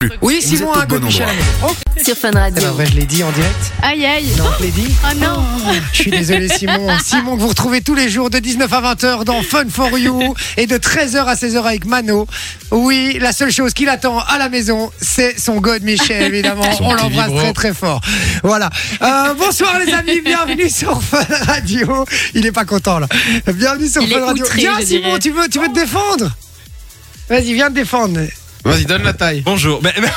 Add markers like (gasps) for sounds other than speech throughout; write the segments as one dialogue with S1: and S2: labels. S1: plus.
S2: Oui,
S1: Vous
S2: Simon
S1: êtes au
S2: à
S1: bon
S2: Michel.
S1: endroit.
S3: sur Fun Radio.
S2: C'est Eh ben, vrai, je l'ai dit en direct.
S4: Aïe aïe.
S2: Non, je l'ai dit.
S4: Oh non.
S2: Je suis désolé, Simon. Simon, que vous retrouvez tous les jours de 19 à 20h dans Fun for You et de 13h à 16h avec Mano. Oui, la seule chose qu'il attend à la maison, c'est son God Michel, évidemment.
S1: Son
S2: On
S1: petit
S2: l'embrasse
S1: vibro.
S2: très, très fort. Voilà. Euh, bonsoir, les amis. Bienvenue sur Fun Radio. Il est pas content, là. Bienvenue sur
S3: Il
S2: Fun
S3: est
S2: Radio.
S3: outré,
S2: Viens,
S3: je
S2: Simon,
S3: dirais.
S2: tu veux, tu veux te défendre Vas-y, viens te défendre.
S5: Vas-y, donne la taille.
S1: Bonjour. Mais-
S2: (laughs)
S1: mais-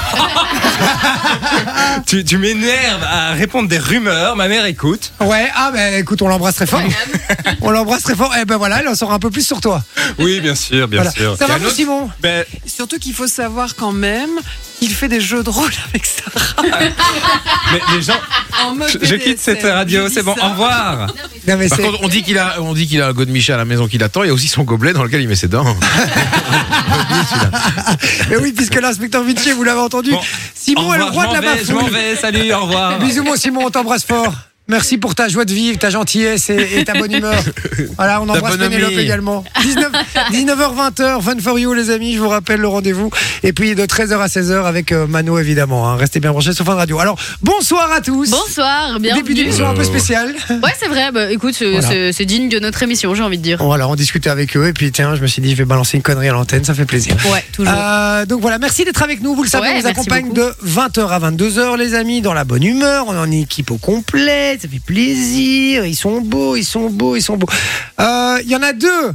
S1: tu tu m'énerves à répondre des rumeurs. Ma mère écoute.
S2: Ouais, ah ben écoute, on l'embrasse très fort. (laughs) on l'embrasse très fort. Eh ben voilà, elle en saura un peu plus sur toi.
S1: Oui, bien sûr, bien
S2: Voilà.
S1: sûr.
S2: Ça
S1: Il y
S2: va,
S1: a un
S2: mon
S1: autre-
S2: Simon
S1: Ben,
S6: Surtout qu'il faut savoir quand même qu'il fait des jeux de rôle avec ça.
S1: mais les gens,
S6: En mode
S1: je, je quitte cette
S6: BDSM,
S1: radio.
S6: je
S1: C'est
S6: dis
S1: bon.
S6: ça.
S1: Au
S2: Ah,
S1: revoir.
S2: Non, mais
S5: Par
S2: c'est-
S5: contre, on dit qu'il a, on dit qu'il a un god Michel à la maison qui l'attend. Il y a aussi son gobelet dans lequel il met ses dents.
S2: (laughs) Mais oui, puisque l'inspecteur Vinci, vous l'avez entendu,
S1: Bon,
S2: Simon
S1: Au
S2: est le
S1: revoir,
S2: roi de la
S1: je m'en vais, Je m'en
S2: bafoule.
S1: vais. Salut. Au revoir.
S2: Bisous, mon Simon, on t'embrasse fort. Merci pour ta joie de vivre, ta gentillesse et, et ta bonne humeur. Voilà, on embrasse
S5: bonhomie.
S2: Pénélope également. 19, 19h, 20h, fun for you, les amis. Je vous rappelle le rendez-vous. Et puis de 13h à 16h avec euh, Mano, évidemment. hein. Restez bien branchés sur Fun Radio. Alors, bonsoir à tous.
S4: Bonsoir,
S2: Début
S4: bienvenue.
S2: d'émission un peu
S5: Hello.
S2: spéciale.
S4: Ouais, c'est vrai. Bah, écoute, c'est
S2: Voilà.
S4: c'est- c'est digne de notre émission, j'ai envie de dire.
S2: Voilà, on discutait avec eux et puis tiens, je me suis dit, je vais balancer une connerie à l'antenne, ça fait plaisir.
S4: Ouais, toujours.
S2: Euh, donc voilà, merci d'être avec nous. Vous le savez,
S4: Ouais,
S2: on vous
S4: merci
S2: accompagne
S4: beaucoup.
S2: de 20h à 22h, les amis, dans la bonne humeur. On est en équipe au complet, ça fait plaisir. Ils sont beaux, ils sont beaux, ils sont beaux. Euh, Il y en a deux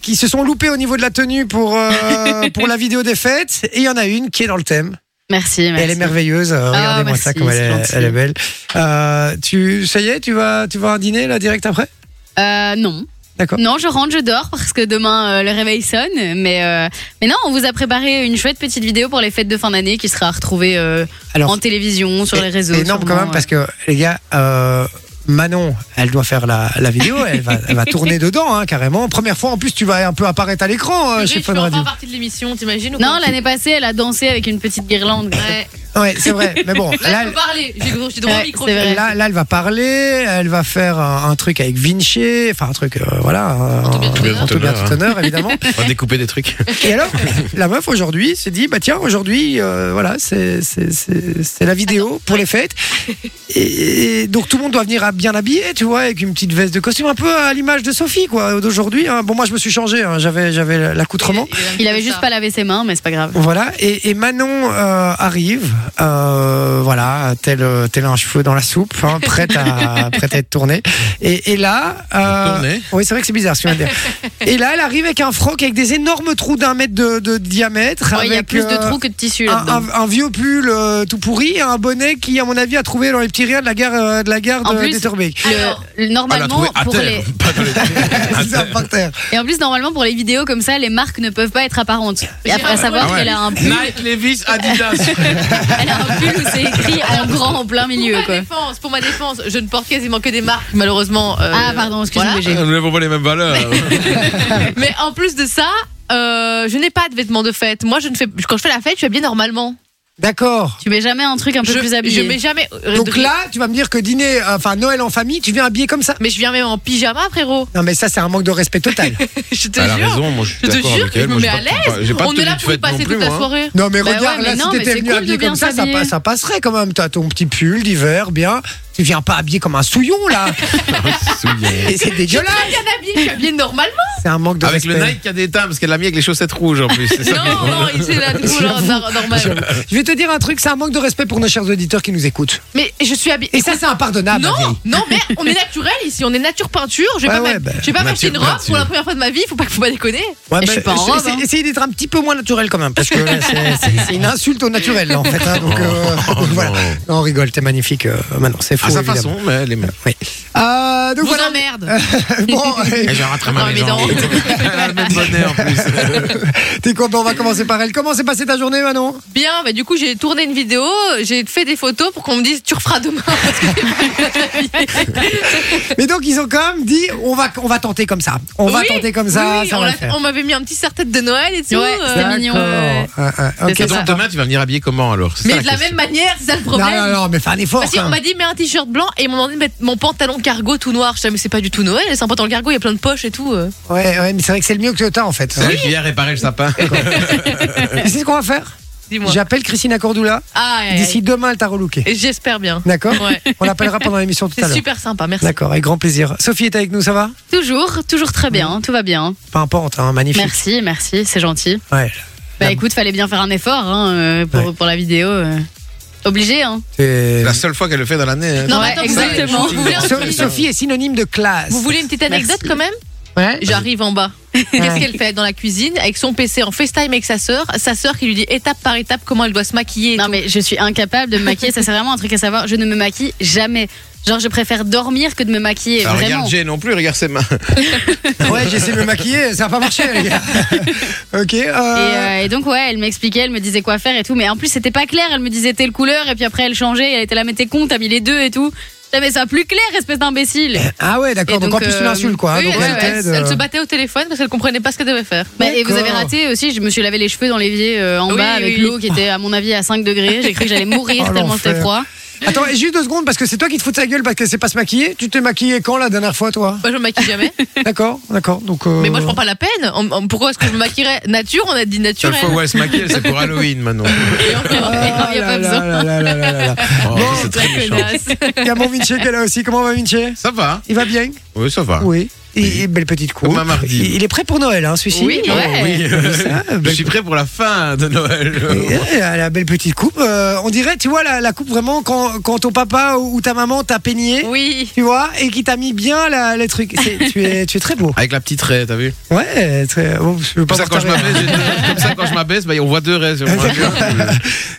S2: qui se sont loupés au niveau de la tenue pour,
S4: (laughs)
S2: euh, pour la vidéo des fêtes. Et il y en a une qui est dans le thème.
S4: Merci, merci.
S2: Elle est merveilleuse. Euh,
S4: Ah,
S2: Regardez-moi ça,
S4: merci,
S2: comme elle
S4: c'est
S2: est,
S4: gentil.
S2: elle est belle. Euh, tu, ça y est, tu vas, tu vas à un dîner là direct après
S4: Euh, non.
S2: D'accord.
S4: Non, je rentre, je dors parce que demain euh, le réveil sonne. Mais, euh, mais non, on vous a préparé une chouette petite vidéo pour les fêtes de fin d'année qui sera retrouvée euh,
S2: Alors,
S4: en télévision, sur
S2: É-
S4: les réseaux.
S2: Énorme quand même parce que les gars, euh, Manon, elle doit faire la, la vidéo, elle va, elle va tourner dedans hein, carrément. Première fois en plus, tu vas un peu apparaître à l'écran euh,
S7: Je
S2: chez
S7: suis
S2: Fun
S7: enfin
S2: Radio.
S7: partie de l'émission, t'imagines ou
S4: Non,
S7: quoi
S4: l'année passée, elle a dansé avec une petite guirlande.
S7: Ouais.
S2: Ouais, c'est vrai. Mais bon,
S7: Là,
S2: là,
S7: je peux parler. J'ai j'ai droit
S4: Ouais,
S7: au micro.
S4: c'est vrai.
S2: là, là, elle va parler, elle va faire un, un truc avec Vinci, enfin un truc, euh, voilà, euh,
S7: bien tout
S2: en tout bien
S5: honneur,
S2: tout
S5: hein.
S2: honneur évidemment.
S5: On va découper des trucs.
S2: Et alors, la meuf aujourd'hui s'est dit, bah tiens, aujourd'hui, euh, voilà, c'est c'est- c'est- c'est la vidéo pour les fêtes. Et, et donc tout le monde doit venir à- bien habillé, tu vois, avec une petite veste de costume, un peu à l'image de Sophie, quoi, d'aujourd'hui. hein. Bon, moi, je me suis changé, hein, j'avais j'avais l'accoutrement.
S4: Il avait juste pas lavé ses mains, mais c'est pas grave.
S2: Voilà, et, et Manon euh, arrive, euh, voilà, tel, euh, tel un cheveu dans la soupe, hein, prête, à, prête à être tournée. Et, et là. euh,
S5: Tournée.
S2: Oui, c'est vrai que c'est bizarre ce que je viens de dire. Et là, elle arrive avec un froc avec des énormes trous d'un mètre de, de diamètre.
S4: Ouais, Oh, Il y a
S2: avec,
S4: plus de
S2: euh,
S4: trous que de tissus
S2: un,
S4: là-dedans.
S2: un- un vieux pull euh, tout pourri et un bonnet qui, à mon avis, a trouvé dans les petits riens de la gare, euh, de la gare
S4: En
S2: de-
S4: plus,
S2: d'Etterbeek.
S4: (laughs) Le-
S7: Alors,
S4: le-
S5: Ah, l'a
S4: normalement,
S5: trouvé à
S4: pour les,
S5: terre. Pas dans
S7: (laughs)
S5: les-
S2: C'est ça, par terre.
S4: et en plus, normalement, pour les vidéos comme ça, les marques ne peuvent pas être apparentes. Et après savoir
S5: Ah ouais.
S4: qu'elle a un pull,
S5: Nike, Levi's, Adidas.
S7: (laughs)
S4: elle a un pull où c'est écrit en grand en plein
S7: Pour
S4: milieu,
S7: ma
S4: quoi.
S7: défense, pour ma défense, je ne porte quasiment que des marques, malheureusement. euh,
S4: Ah, pardon, excuse-moi,
S7: voilà.
S4: j'ai-
S5: Nous n'avons pas les mêmes valeurs.
S7: Mais en plus de ça, euh, je n'ai pas de vêtements de fête. Moi, je ne fais quand je fais la fête, je suis habillée normalement.
S2: D'accord.
S4: Tu mets jamais un truc un peu
S7: je,
S4: plus
S7: je
S4: habillé.
S7: mets jamais. euh,
S2: Donc là, tu vas me dire que dîner, euh, enfin Noël en famille, tu viens habillé comme ça.
S7: mais je viens même en pyjama, frérot.
S2: Non, mais ça, c'est un manque de respect total.
S7: (laughs) Je te
S5: Elle a
S7: jure.
S5: raison, moi je suis
S7: Je te
S5: d'accord
S7: jure,
S5: avec
S7: je
S5: elle.
S7: me
S5: Moi, j'ai
S7: mets à
S5: pas de- j'ai
S7: l'aise.
S5: pas de
S7: On
S5: tenue
S7: est là
S5: de
S7: pour
S5: fête non
S7: passer
S5: plus,
S7: toute
S5: (laughs)
S7: ta
S5: moi, hein.
S7: soirée.
S2: Non, mais
S4: Bah
S2: regarde,
S4: ouais, mais
S2: là,
S4: non,
S2: si
S4: mais
S2: t'étais
S4: c'est
S2: venu
S4: cool de
S2: habillé
S4: bien
S2: comme ça, ça,
S4: s'habiller.
S2: pa- ça passerait quand même. T'as ton petit pull d'hiver, bien. Tu viens pas habillé comme un souillon,
S5: (laughs)
S2: là. Et c'est dégueulasse.
S7: Pas bien habillée, je suis habillée normalement.
S2: C'est un manque de
S5: Avec
S2: respect.
S5: le Nike qui a des timbres parce qu'elle l'a mis avec les chaussettes rouges en plus. (laughs) c'est ça qui est
S7: Non,
S5: drôle.
S7: non, il- c'est la drôle,
S2: J'avoue.
S5: (laughs)
S7: nor- normal.
S2: Je vais te dire un truc, c'est un manque de respect pour nos chers auditeurs qui nous écoutent.
S7: Mais je suis habillée.
S2: Et ça, c'est impardonnable.
S7: non,
S2: la vieille.
S7: non, mais on est naturel ici, on est nature peinture. Je vais
S2: Ouais,
S7: pas
S2: ouais,
S7: m'a-
S2: bah,
S7: je vais pas m'acheter une
S5: nature
S7: robe pour
S5: peinture.
S7: la première fois de ma vie, faut pas, faut pas déconner.
S2: Ouais,
S4: Je
S2: mais
S4: suis pas en
S2: essa-
S4: robe,
S2: essa-
S4: hein.
S2: Essayez d'être un petit peu moins naturel quand même, parce que là, c'est- (laughs) c'est c'est une insulte au naturel, là, en fait. hein, donc, euh, donc voilà.
S5: Oh, non.
S2: Non, on rigole, t'es magnifique, euh, Manon, c'est faux.
S5: À sa
S2: évidemment.
S5: façon, mais elle est même.
S2: Oui. Euh, donc
S7: Vous
S2: voilà.
S7: emmerde.
S2: (laughs) Bon, euh,
S5: Et j'ai rentré
S7: Dans
S5: ma
S7: mes
S5: maison.
S7: (laughs) dents.
S5: Elle a le même bonnet en plus.
S2: t'es content, on va commencer par elle. Comment s'est passée ta journée, Manon
S7: Bien, bah du coup j'ai tourné une vidéo, j'ai fait des photos pour qu'on me dise tu referas demain parce que j'ai pas bien habillée.
S2: Mais donc, ils ont quand même dit on va, on va tenter comme ça. On va
S7: Oui,
S2: tenter comme ça,
S7: oui,
S2: ça
S7: on
S2: va
S7: l'a-
S2: le faire.
S7: On m'avait mis un petit serre-tête de Noël et tout.
S4: Ouais, c'était
S7: euh,
S4: mignon.
S7: ouais.
S2: Ah, ah, ok.
S7: C'est
S5: Et donc
S7: ça.
S5: demain, tu vas venir habiller comment alors C'est ça,
S7: Mais
S5: la
S7: de la
S5: question.
S7: même manière, c'est ça le
S2: Non,
S7: problème.
S2: non, non, mais fais un effort.
S7: Bah si, on
S2: quand
S7: m'a
S2: même.
S7: dit mets un t-shirt blanc et ils m'ont demandé de mettre mon pantalon cargo tout noir. Je disais mais c'est pas du tout Noël, c'est un pantalon cargo, il y a plein de poches et tout. euh.
S2: Ouais, ouais, mais c'est vrai que c'est le mieux que t'as en fait.
S7: (laughs)
S5: C'est vrai que je viens réparer le sapin.
S2: C'est ce qu'on va faire
S7: Dis-moi.
S2: J'appelle Christina Cordula.
S7: Ah, aïe, aïe, aïe.
S2: D'ici demain, elle t'a relooké.
S7: Et J'espère bien.
S2: D'accord
S7: Ouais.
S2: On l'appellera pendant l'émission tout à
S7: C'est
S2: l'heure.
S7: super sympa, merci.
S2: D'accord, avec grand plaisir. Sophie est avec nous, ça va
S4: Toujours, toujours très bien, hein, tout va bien.
S2: Pas importe, hein, magnifique.
S4: Merci, merci, c'est gentil.
S2: Ouais,
S4: Bah
S2: La-
S4: écoute, fallait bien faire un effort hein, euh, pour,
S2: Ouais.
S4: pour la vidéo. euh. Obligé, hein
S2: c'est-
S5: La seule fois qu'elle le fait dans l'année. hein.
S7: Non,
S4: Ouais,
S7: mais attends, vous
S4: exactement.
S7: voulez- vous voulez un
S2: So-
S7: truc-
S2: Sophie est synonyme de classe.
S7: Vous voulez une petite anecdote
S4: Merci.
S7: quand même
S2: Ouais.
S7: J'arrive en bas. Qu'est-ce qu'elle fait dans la cuisine avec son PC en FaceTime avec sa sœur Sa sœur qui lui dit étape par étape comment elle doit se maquiller. et
S4: Non
S7: tout.
S4: mais je suis incapable de me maquiller, ça c'est vraiment un truc à savoir. Je ne me maquille jamais. Genre je préfère dormir que de me maquiller,
S5: Alors,
S4: vraiment.
S5: Bah, regarde Jay non plus, regarde ses mains.
S2: Ouais, j'essaie de me maquiller, ça n'a pas marché, les gars. (laughs) ok. euh,
S4: Et, euh, et donc ouais, elle m'expliquait, elle me disait quoi faire et tout, mais en plus c'était pas clair, elle me disait telle couleur et puis après elle changeait, elle était là mais t'es con, t'as mis les deux et tout. Putain, Mais ça plus clair,
S2: (laughs)
S4: espèce d'imbécile.
S2: Ah ouais, d'accord.
S4: et
S2: Donc, en
S4: donc,
S2: plus, tu
S4: euh,
S2: l'insultes, quoi. hein,
S7: Oui,
S2: donc,
S7: elle,
S2: elle
S7: ouais,
S2: t'aide,
S7: elle- elle se
S2: euh.
S7: battait au téléphone parce qu'elle comprenait pas ce qu'elle devait faire.
S4: Bah, et vous avez
S2: D'accord.
S4: raté aussi, je me suis lavé les cheveux dans l'évier euh, en
S7: Oui,
S4: bas avec
S7: oui.
S4: l'eau qui était à mon avis à 5 degrés. J'ai cru que j'allais mourir
S2: (laughs) Oh,
S4: tellement c'était
S2: l'enfer.
S4: froid.
S2: Attends, et juste deux secondes, parce que c'est toi qui te fous de sa gueule parce que c'est pas se maquiller. Tu t'es maquillé quand la dernière fois, toi
S7: Moi je me maquille jamais,
S2: D'accord, d'accord. Donc. euh,
S7: mais moi je prends pas la peine. En- en- Pourquoi est-ce que je me maquillerais Nature, on a dit
S5: La
S7: naturel.
S5: fois
S7: (laughs)
S5: où elle se maquille, c'est pour Halloween
S4: (laughs)
S5: maintenant.
S7: Et encore,
S2: ah
S7: et encore, y a
S2: là là
S7: pas besoin.
S2: là là là là là là.
S5: Oh,
S2: Bon,
S5: c'est très
S7: La
S5: méchant.
S7: connasse.
S2: Il y a mon Vinci qui est là aussi. Comment va Vinci
S5: Ça va
S2: Il va bien
S5: Oui, ça va.
S2: Oui. Et, et belle petite coupe.
S5: Comme un Ah. mardi.
S2: Il, il est prêt pour Noël, hein, celui-ci.
S4: Oui,
S5: Oh,
S4: ouais.
S5: oui.
S2: Ça,
S5: Je
S2: belle-
S5: suis prêt pour la fin de
S2: Et hein.
S5: Noël.
S2: elle a la belle petite coupe. Euh, on dirait, tu vois, la, la coupe vraiment quand, quand ton papa ou ta maman t'a peigné,
S7: Oui.
S2: tu vois, et qui t'a mis bien la, les trucs. C'est- tu, es, tu es très beau.
S5: Avec la petite raie, t'as vu
S2: Ouais, très. bon, je veux pas
S5: Comme ça,
S2: vous
S5: quand je
S2: retarder.
S5: m'abaisse, j'ai deux- comme ça, quand je m'abaisse, bah, on voit deux raies
S2: (laughs)
S5: sur moi.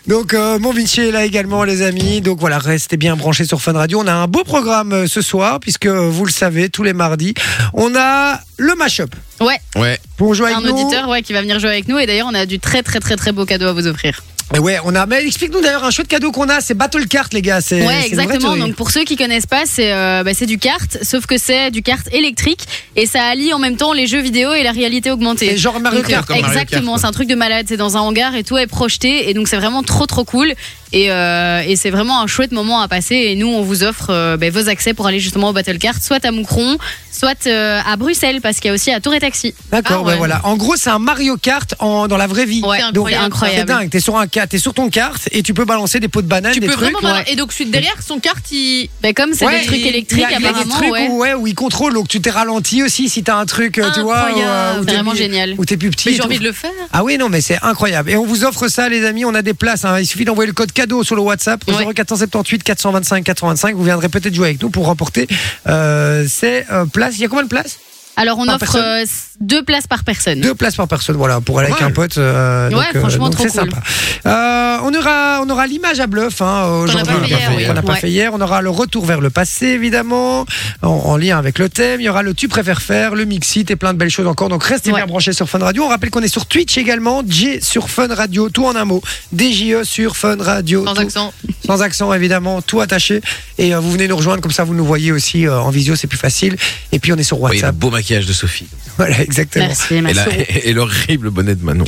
S2: Donc, euh, mon Vinci est là également, les amis. Donc voilà, restez bien branchés sur Fun Radio. On a un beau programme euh, ce soir, puisque euh, vous le savez, tous les mardis, on a le mashup.
S4: Ouais,
S5: Ouais.
S2: Pour jouer avec
S4: un
S2: nous.
S4: auditeur ouais, qui va venir jouer avec nous et d'ailleurs on a du très très très très beau cadeau à vous offrir.
S2: Et Eh ouais, on a. Mais explique-nous d'ailleurs un chouette cadeau qu'on a, c'est Battle Card, les gars. C'est,
S4: Ouais,
S2: c'est une vraie
S4: exactement.
S2: tuerie.
S4: Donc pour ceux qui connaissent pas, c'est euh, bah, c'est du kart, sauf que c'est du kart électrique et ça allie en même temps les jeux vidéo et la réalité augmentée.
S2: c'est genre Mario
S4: Donc,
S2: Kart.
S5: Kart, comme Mario Kart,
S4: exactement,
S5: quoi.
S4: c'est un truc de malade. C'est dans un hangar et tout est projeté et donc c'est vraiment trop trop cool et, euh, et c'est vraiment un chouette moment à passer. Et nous on vous offre euh, bah, vos accès pour aller justement au Battle Kart, soit à Moucron, soit euh, à Bruxelles parce qu'il y a aussi à Tour et Taxi.
S2: D'accord,
S7: Ah
S2: ouais,
S7: ouais.
S2: voilà. En gros, c'est un Mario Kart en, dans la vraie vie.
S4: Ouais,
S2: Donc,
S4: incroyable.
S2: C'est dingue. T'es sur un kart, t'es sur ton kart et tu peux balancer des pots de bananes,
S7: Tu
S2: des
S7: peux
S2: trucs.
S7: vraiment
S4: ouais.
S7: pas- Et donc suite derrière, son carte il.
S4: Bah, comme c'est
S2: Ouais,
S4: des trucs
S7: il-
S2: Il y
S4: électriques
S2: a, il y a des
S4: apparemment,
S2: trucs
S4: ouais.
S2: où, ouais, où ils contrôlent, donc tu t'es ralenti aussi si t'as un truc, euh, tu vois, où, euh, où
S4: C'est
S2: t'es
S4: vraiment
S2: mis-
S4: génial.
S2: où t'es plus petit.
S7: Mais
S2: et
S7: j'ai
S2: tout.
S7: envie de le faire.
S2: Ah oui, non, mais c'est incroyable. Et on vous offre ça, les amis. On a des places. hein. Il suffit d'envoyer le code cadeau sur le WhatsApp au
S4: Ouais.
S2: 0478 425 425. Vous viendrez peut-être jouer avec nous pour remporter euh, ces euh, places. Il y a combien de places
S4: Alors on
S2: Par
S4: offre
S2: personne.
S4: euh, s- deux places par personne.
S2: Deux places par personne, voilà, pour aller avec
S5: Ouais.
S2: un pote. euh,
S4: Ouais,
S2: donc, euh,
S4: franchement,
S2: donc
S4: trop
S2: c'est
S4: cool.
S2: sympa. Euh, on aura, on aura l'image à bluff hein, aujourd'hui.
S5: pas fait hier, oui.
S2: On n'a pas
S4: Ouais.
S2: fait hier. On aura le retour vers le passé, évidemment, en, en lien avec le thème. Il y aura le tu préfères faire, le mixit et plein de belles choses encore. Donc restez
S4: Ouais.
S2: bien branchés sur Fun Radio. On rappelle qu'on est sur Twitch également, J sur Fun Radio, tout en un mot. DJE sur Fun Radio.
S7: Sans
S2: tout-
S7: accent.
S2: sans accent évidemment, tout attaché. Et euh, vous venez nous rejoindre, comme ça vous nous voyez aussi euh, en visio, c'est plus facile. Et puis on est sur
S5: Oui, le
S2: WhatsApp. (laughs)
S5: beau maquillage de Sophie.
S2: Voilà, exactement.
S4: Merci,
S5: Et,
S4: merci.
S5: la- (laughs) et l'horrible bonnet de Manon.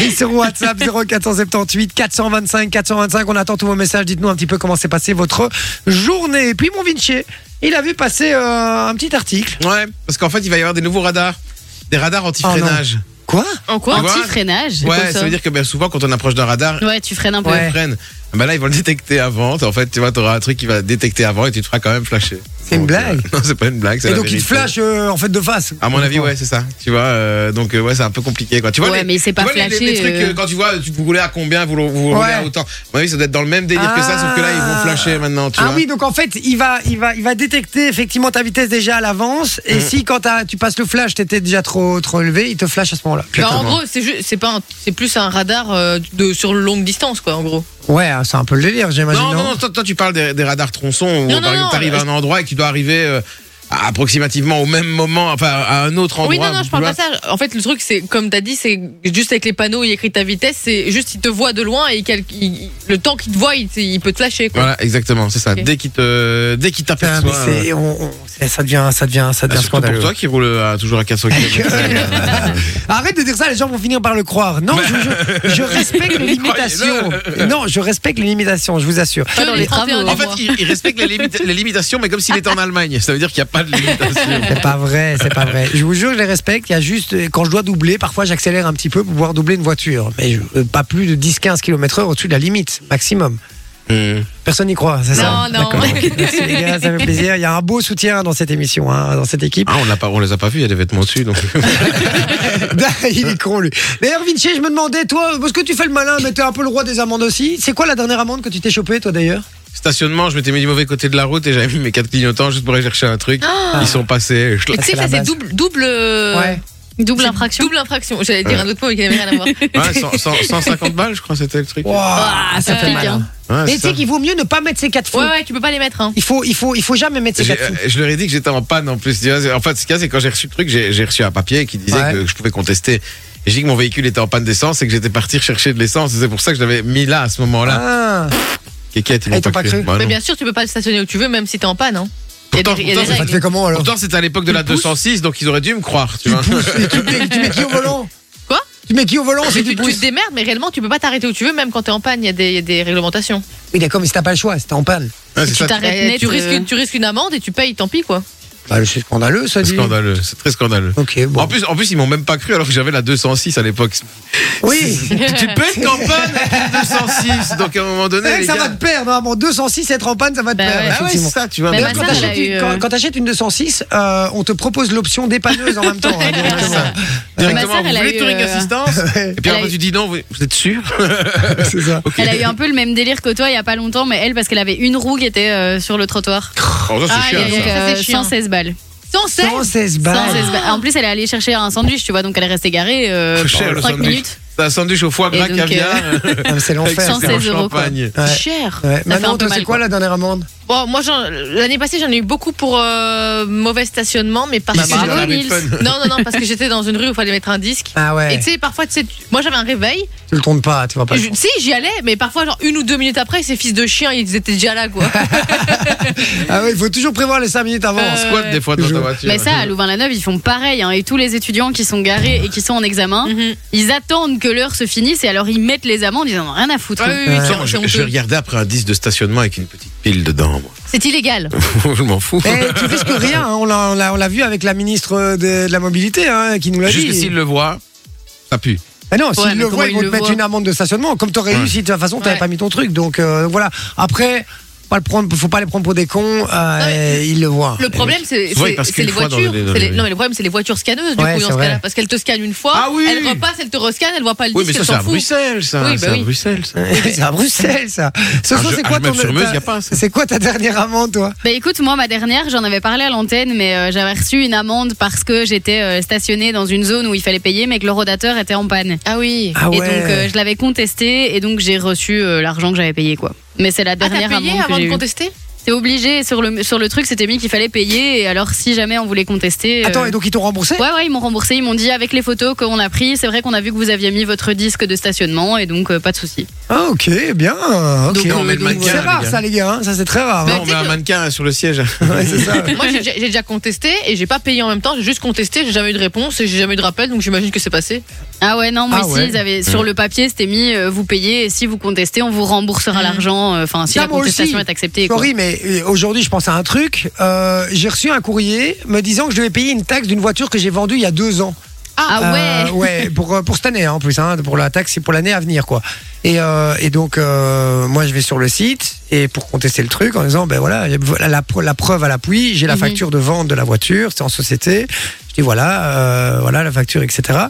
S2: Et sur WhatsApp 0478 425 425. On attend tous vos messages. Dites-nous un petit peu comment s'est passée votre journée. Et puis mon Vinci, il a vu passer euh, un petit article.
S5: Ouais, parce qu'en fait, il va y avoir des nouveaux radars. Des
S2: Oh
S5: radars anti-freinage.
S2: Quoi
S4: En
S5: Tu vois
S4: Anti-freinage.
S5: ouais,
S4: comme
S5: ça. veut dire que ben, souvent, quand on approche d'un radar,
S4: Ouais, tu freines un peu.
S5: on freine. Ben là, ils vont le détecter avant. En fait, tu vois, t'auras un truc qui va détecter avant et tu te feras quand même flasher.
S2: C'est une
S5: Donc, euh,
S2: blague.
S5: (laughs) Non, c'est pas une blague. c'est
S2: Et
S5: la
S2: donc il te
S5: vérité.
S2: flash euh, en fait de face.
S5: À mon avis, ouais, c'est ça. Tu vois, euh, donc euh, ouais, c'est un peu compliqué. Quoi. Tu vois,
S4: Ouais,
S5: les-
S4: mais il s'est
S5: tu
S4: pas
S5: vois, les- les-
S4: flashé,
S5: les trucs,
S4: euh.
S5: euh, quand tu vois, tu vous roulez à combien, vous, le- vous roulez à
S2: Ouais.
S5: autant. À mon avis, ça doit être dans le même délire que ça, sauf que là, ils vont
S2: Ah.
S5: flasher maintenant. Tu
S2: ah
S5: vois.
S2: oui, donc en fait, il va, il va, il va détecter effectivement ta vitesse déjà à l'avance.
S5: Mhm.
S2: Et si quand t'as- tu passes le flash, t'étais déjà trop, trop élevé, il te flash à ce moment-là.
S7: Bah, en
S5: Exactement.
S7: gros, c'est ju- c'est pas un- c'est plus un radar euh, de sur longue distance quoi en gros.
S2: Ouais, c'est un peu le délire, j'imagine.
S5: Non, non, non, toi, toi, tu parles des, des radars tronçons où par
S7: Non, non,
S5: exemple,
S7: non,
S5: t'arrives à un endroit et que tu dois arriver euh, à- approximativement au même moment, enfin à un autre endroit.
S7: Oui, non, non, je
S5: plus
S7: parle
S5: loin.
S7: pas de ça. En fait, le truc, c'est, comme t'as dit, c'est juste avec les panneaux, il écrit ta vitesse, c'est juste, il te voit de loin et quel- il- le temps qu'il te voit, il, il peut te lâcher, quoi.
S5: Voilà, exactement, c'est ça.
S7: Ok.
S5: Dès qu'il te, dès qu'il
S2: Putain,
S5: t'aperçoit.
S2: Ah, mais c'est- on- on- c'est- ça devient, ça devient, ça
S5: euh,
S2: devient
S5: surtout pour
S2: scandaleux. Ah,
S5: toi qui roule à- toujours
S2: (laughs)
S5: à 400 km.
S2: Arrête de dire ça, les gens vont finir par le croire. Non, je, je- je respecte les limitations. (laughs) Non, je respecte les limitations, je vous assure.
S7: Que
S4: dans les travaux.
S5: hein. en fait, il, il respecte les, limita- les limitations, mais comme s'il était en Allemagne. Ça veut dire qu'il n'y a pas
S2: (laughs)
S5: de l'imitation.
S2: C'est pas vrai, c'est pas vrai. Je vous jure, je les respecte. Il y a juste, euh, quand je dois doubler, parfois j'accélère un petit peu pour pouvoir doubler une voiture. Mais je- euh, pas plus de 10-15 km/h au-dessus de la limite, maximum. Euh. Personne n'y croit, c'est ça
S7: Non, non.
S2: D'accord, ok. (laughs) Merci les gars, ça fait plaisir. Il y a un beau soutien dans cette émission, hein, dans cette
S5: (laughs)
S2: équipe. (laughs)
S5: Ah, on, l'a pas, on les a pas vus, il y a des vêtements dessus. Donc...
S2: Il est con, lui. D'ailleurs, Vinci, je me demandais, toi, parce que tu fais le malin, mais t'es un peu le roi des amendes aussi. C'est quoi la dernière amende que tu t'es chopée, toi, d'ailleurs
S5: Stationnement, je m'étais mis du mauvais côté de la route et j'avais mis mes quatre clignotants juste pour aller chercher un truc.
S2: Ah.
S5: Ils sont passés. Je-
S2: (laughs)
S7: Mais tu sais que
S2: la
S7: ça, c'est
S2: base.
S7: double, double, euh,
S2: Ouais.
S4: Double
S7: c'est
S4: infraction.
S7: Double infraction. J'allais dire un autre mot mais qui n'avait rien à voir.
S5: Ouais, cent- cent- 150 balles, je crois, c'était le truc.
S2: Ouah,
S4: ça pique, hein.
S5: Ouais,
S2: Mais
S5: c'est
S2: tu sais
S5: ça.
S2: qu'il vaut mieux ne pas mettre ces quatre feux.
S7: Ouais, ouais, tu peux pas les mettre. Hein.
S2: Il faut, il faut, il faut jamais mettre ces
S5: J'ai-
S2: quatre feux.
S5: euh, je leur ai dit que j'étais en panne en plus. tu vois. C'est- En fait, ce qu'il y a, c'est quand j'ai reçu le truc, j'ai j'ai reçu un papier qui disait
S2: Ouais.
S5: que je pouvais contester. Et J'ai dit que mon véhicule était en panne d'essence et que j'étais parti chercher de l'essence. Et C'est pour ça que je l'avais mis là à ce moment-là.
S2: Ah.
S5: Kékette, ils
S2: Ah,
S5: m'ont
S2: ils t'ont
S5: pas,
S2: pas
S5: cru.
S2: cru.
S5: Bah,
S7: Mais
S5: non.
S7: bien sûr, tu peux pas le stationner où tu veux, même si t'es en panne. Hein. Il y a
S5: Pourtant-
S7: des- il y a des
S5: pourtant,
S2: Ça te
S7: règles.
S2: fait comment alors
S5: Pourtant, c'était à l'époque de la 206, donc ils auraient dû me croire. Tu vois.
S2: tu, mets, tu mets qui au volant
S7: Quoi
S2: Tu mets qui au volant C'est
S7: Tu,
S2: du
S7: tu te
S2: pouce.
S7: démerdes, mais réellement, tu peux pas t'arrêter où tu veux, même quand t'es en panne. Il y, a des- il y a des réglementations.
S2: Oui, d'accord, mais si t'as pas le choix, si t'es en panne.
S5: Ouais, c'est
S4: Tu
S5: ça,
S4: t'arrêtes
S7: Et
S4: net,
S7: tu,
S4: euh,
S7: risques, tu risques une amende et tu payes, tant pis quoi.
S2: Bah, c'est scandaleux, ça
S5: c'est
S2: dit.
S5: scandaleux. C'est très scandaleux.
S2: Ok, bon.
S5: En plus, en plus, ils m'ont même pas cru alors que j'avais la 206 à l'époque.
S2: oui,
S5: (laughs) tu peux être en panne avec la 206, donc à un moment
S2: C'est
S5: donné.
S2: vrai que
S5: les
S2: ça
S5: gars-
S2: va te perdre. hein. Bon, 206, être en panne, ça va te
S4: Bah
S2: perdre.
S4: ouais.
S5: Ah ouais, c'est
S2: effectivement.
S5: ça, tu vois.
S4: Mais
S5: bien
S4: bah,
S2: Quand
S4: ça,
S2: t'achètes
S4: elle a
S2: une-
S4: eu,
S2: quand-
S4: euh,
S2: quand t'achètes une 206, euh, on te propose l'option dépanneuse en même temps. hein, directement.
S5: Directement,
S4: sœur, elle
S5: vous
S4: a
S5: voulez
S4: eu,
S5: Touring
S4: euh,
S5: Assistance Et puis
S4: Elle a
S5: après,
S4: eu-
S5: tu dis non, vous, vous êtes sûr
S2: C'est ça.
S4: Elle a eu un peu le même délire que toi il y a pas longtemps, mais elle, parce qu'elle avait une roue qui était euh, sur le trottoir.
S5: Oh, ça,
S7: Ah,
S5: c'est
S7: il y a
S5: chiant,
S4: Donc,
S5: ça.
S7: Ça,
S4: euh,
S7: c'est chiant.
S4: 116 balles.
S7: 116
S2: 116 balles.
S4: 116 balles. En plus, elle est allée chercher un sandwich, tu vois, donc elle est restée garée euh,
S5: Cher, le
S4: 5
S5: sandwich.
S4: minutes.
S5: C'est un sandwich au foie
S4: Et
S5: gras,
S4: donc,
S5: caviar, (laughs) euh,
S2: Ah, mais C'est
S5: avec
S2: l'enfer.
S5: son
S4: 116 euros, quoi.
S5: champagne.
S2: Ouais.
S7: Cher.
S2: Ouais.
S4: fait un
S2: Manon,
S4: peu
S2: toi, c'est
S4: mal,
S2: quoi
S4: quoi.
S2: la dernière amende
S7: Bon, moi, j'en- l'année passée, j'en ai eu beaucoup pour euh, mauvais stationnement, mais parce
S5: Ici,
S7: que.
S4: Maman.
S5: dans la rue de
S4: Nils.
S5: Fun.
S7: Non, non, non, parce que j'étais dans une rue où il fallait mettre un disque.
S2: Ah
S7: Et
S2: ouais,
S7: tu sais, parfois, tu sais, tu- moi j'avais un réveil.
S2: tu le tournes pas, tu vois pas.
S7: Et je- si, j'y allais, mais parfois, genre une ou deux minutes après, ces fils de chiens, ils étaient déjà là, quoi.
S2: Ah ouais, il faut toujours prévoir les 5 minutes avant.
S7: Euh,
S5: Squat des fois dans ta
S2: Toujours.
S5: voiture.
S4: Mais ça, à Louvain-la-Neuve, ils font pareil. hein. et tous les étudiants qui sont garés et qui sont en examen,
S7: Mhm.
S4: ils attendent que l'heure se finisse et alors ils mettent les amendes. Ils en ont rien à foutre.
S7: Ah oui, oui,
S2: Ouais.
S7: c'est-
S5: Attends,
S7: c'est
S5: je, je vais
S7: honteux.
S5: regarder après un 10 de stationnement avec une petite pile dedans. moi.
S7: C'est illégal.
S5: je m'en fous.
S2: Eh, tu risques rien, hein, on l'a- on l'a on l'a vu avec la ministre de, de la mobilité hein, qui nous l'a
S5: (laughs) Juste
S2: dit.
S5: que s'il le voit, ça pue.
S2: Ah non, s'ils
S7: Ouais, mais
S2: le
S7: comment
S2: voient, ils
S7: ils
S2: vont te
S7: le
S2: mettre
S7: voient
S2: une amende de stationnement, comme t'aurais
S5: Ouais.
S2: eu si de toute façon t'avais
S7: Ouais.
S2: pas mis ton truc. Donc euh, voilà. Après, faut pas le prendre, faut pas les prendre pour des cons. euh,
S7: mais-
S2: ils le voient.
S7: Le problème, c'est
S5: Souvent,
S7: c'est-
S5: il passe
S7: c'est
S5: qu'une
S7: les
S5: fois dans
S7: voitures.
S5: les- dans
S7: c'est
S5: les
S7: les-
S5: rues.
S7: Non, mais le problème, c'est les voitures scanneuses, du
S2: Ouais,
S7: coup,
S2: c'est
S7: dans ce
S2: vrai.
S7: cas-là. Parce qu'elles te scannent une fois,
S5: Ah oui.
S7: elles repassent, elles te rescannent, elles voient pas le
S5: Oui,
S7: disque,
S5: mais ça,
S7: elles
S5: c'est à
S7: s'en foutent.
S5: Bruxelles, ça.
S7: Oui, bah
S5: c'est à
S7: oui.
S5: Bruxelles, ça.
S2: (laughs) c'est à Bruxelles, ça. Ce
S5: Un
S2: soir,
S5: jeu-
S2: c'est
S5: un
S2: quoi
S5: jeu même
S2: ton
S5: sur Meuse,
S2: ta-
S5: y a pas, ça.
S2: C'est quoi ta dernière amende, toi
S4: Bah écoute, moi, ma dernière, j'en avais parlé à l'antenne, mais euh, j'avais reçu une amende parce que j'étais euh, stationnée dans une zone où il fallait payer, mais que le rodateur était en panne.
S7: Ah oui.
S2: Ah
S4: Et
S2: ouais.
S4: donc, euh, je l'avais contesté et donc j'ai reçu euh, l'argent que j'avais payé, quoi. Mais c'est la
S7: Ah, t'as
S4: dernière
S7: payé
S4: amende que
S7: avant
S4: j'ai
S7: de
S4: eue.
S7: contester
S4: C'est obligé, sur le, sur le truc, c'était mis qu'il fallait payer, et alors si jamais on voulait contester. euh,
S2: Attends, et donc ils t'ont remboursé
S4: Ouais, ouais, ils m'ont remboursé. Ils m'ont dit avec les photos qu'on a prises, c'est vrai qu'on a vu que vous aviez mis votre disque de stationnement et donc euh, pas de souci.
S2: Ah, ok, bien. ok.
S5: Donc, on met le mannequin,
S2: c'est
S5: les
S2: rare,
S5: gars.
S2: ça, les gars. hein, Ça, c'est très rare.
S7: Mais
S5: Non, on
S7: tu
S5: met
S7: sais
S5: un
S7: que-
S5: mannequin sur le siège.
S2: hein. Ouais, c'est ça.
S7: (laughs) Moi, j'ai- j'ai j'ai déjà contesté et j'ai pas payé en même temps. J'ai juste contesté, j'ai jamais eu de réponse et j'ai jamais eu de rappel, donc j'imagine que c'est passé.
S4: Ah ouais, non, moi
S2: Ah
S4: ici,
S2: ouais.
S4: ils avaient, sur le papier, c'était mis euh, vous payez et si vous contestez, on vous remboursera
S7: Mhm.
S4: l'argent. euh, Enfin, si
S2: Ça,
S4: la
S2: Mmh. moi aussi.
S4: contestation est acceptée. quoi.
S2: Sorry, mais euh, aujourd'hui, je pense à un truc. Euh, j'ai reçu un courrier me disant que je devais payer une taxe d'une voiture que j'ai vendue il y a deux ans.
S4: Ah
S2: Euh,
S4: ouais.
S2: ouais, pour, euh, pour cette année hein, en plus, hein, pour la taxe, c'est pour l'année à venir quoi. Et, euh, et donc euh, moi je vais sur le site et pour contester le truc en disant ben voilà j'ai- voilà la, pre- la preuve à l'appui, j'ai la
S7: Mhm.
S2: facture de vente de la voiture, c'est en société. Je dis voilà euh, voilà la facture etc.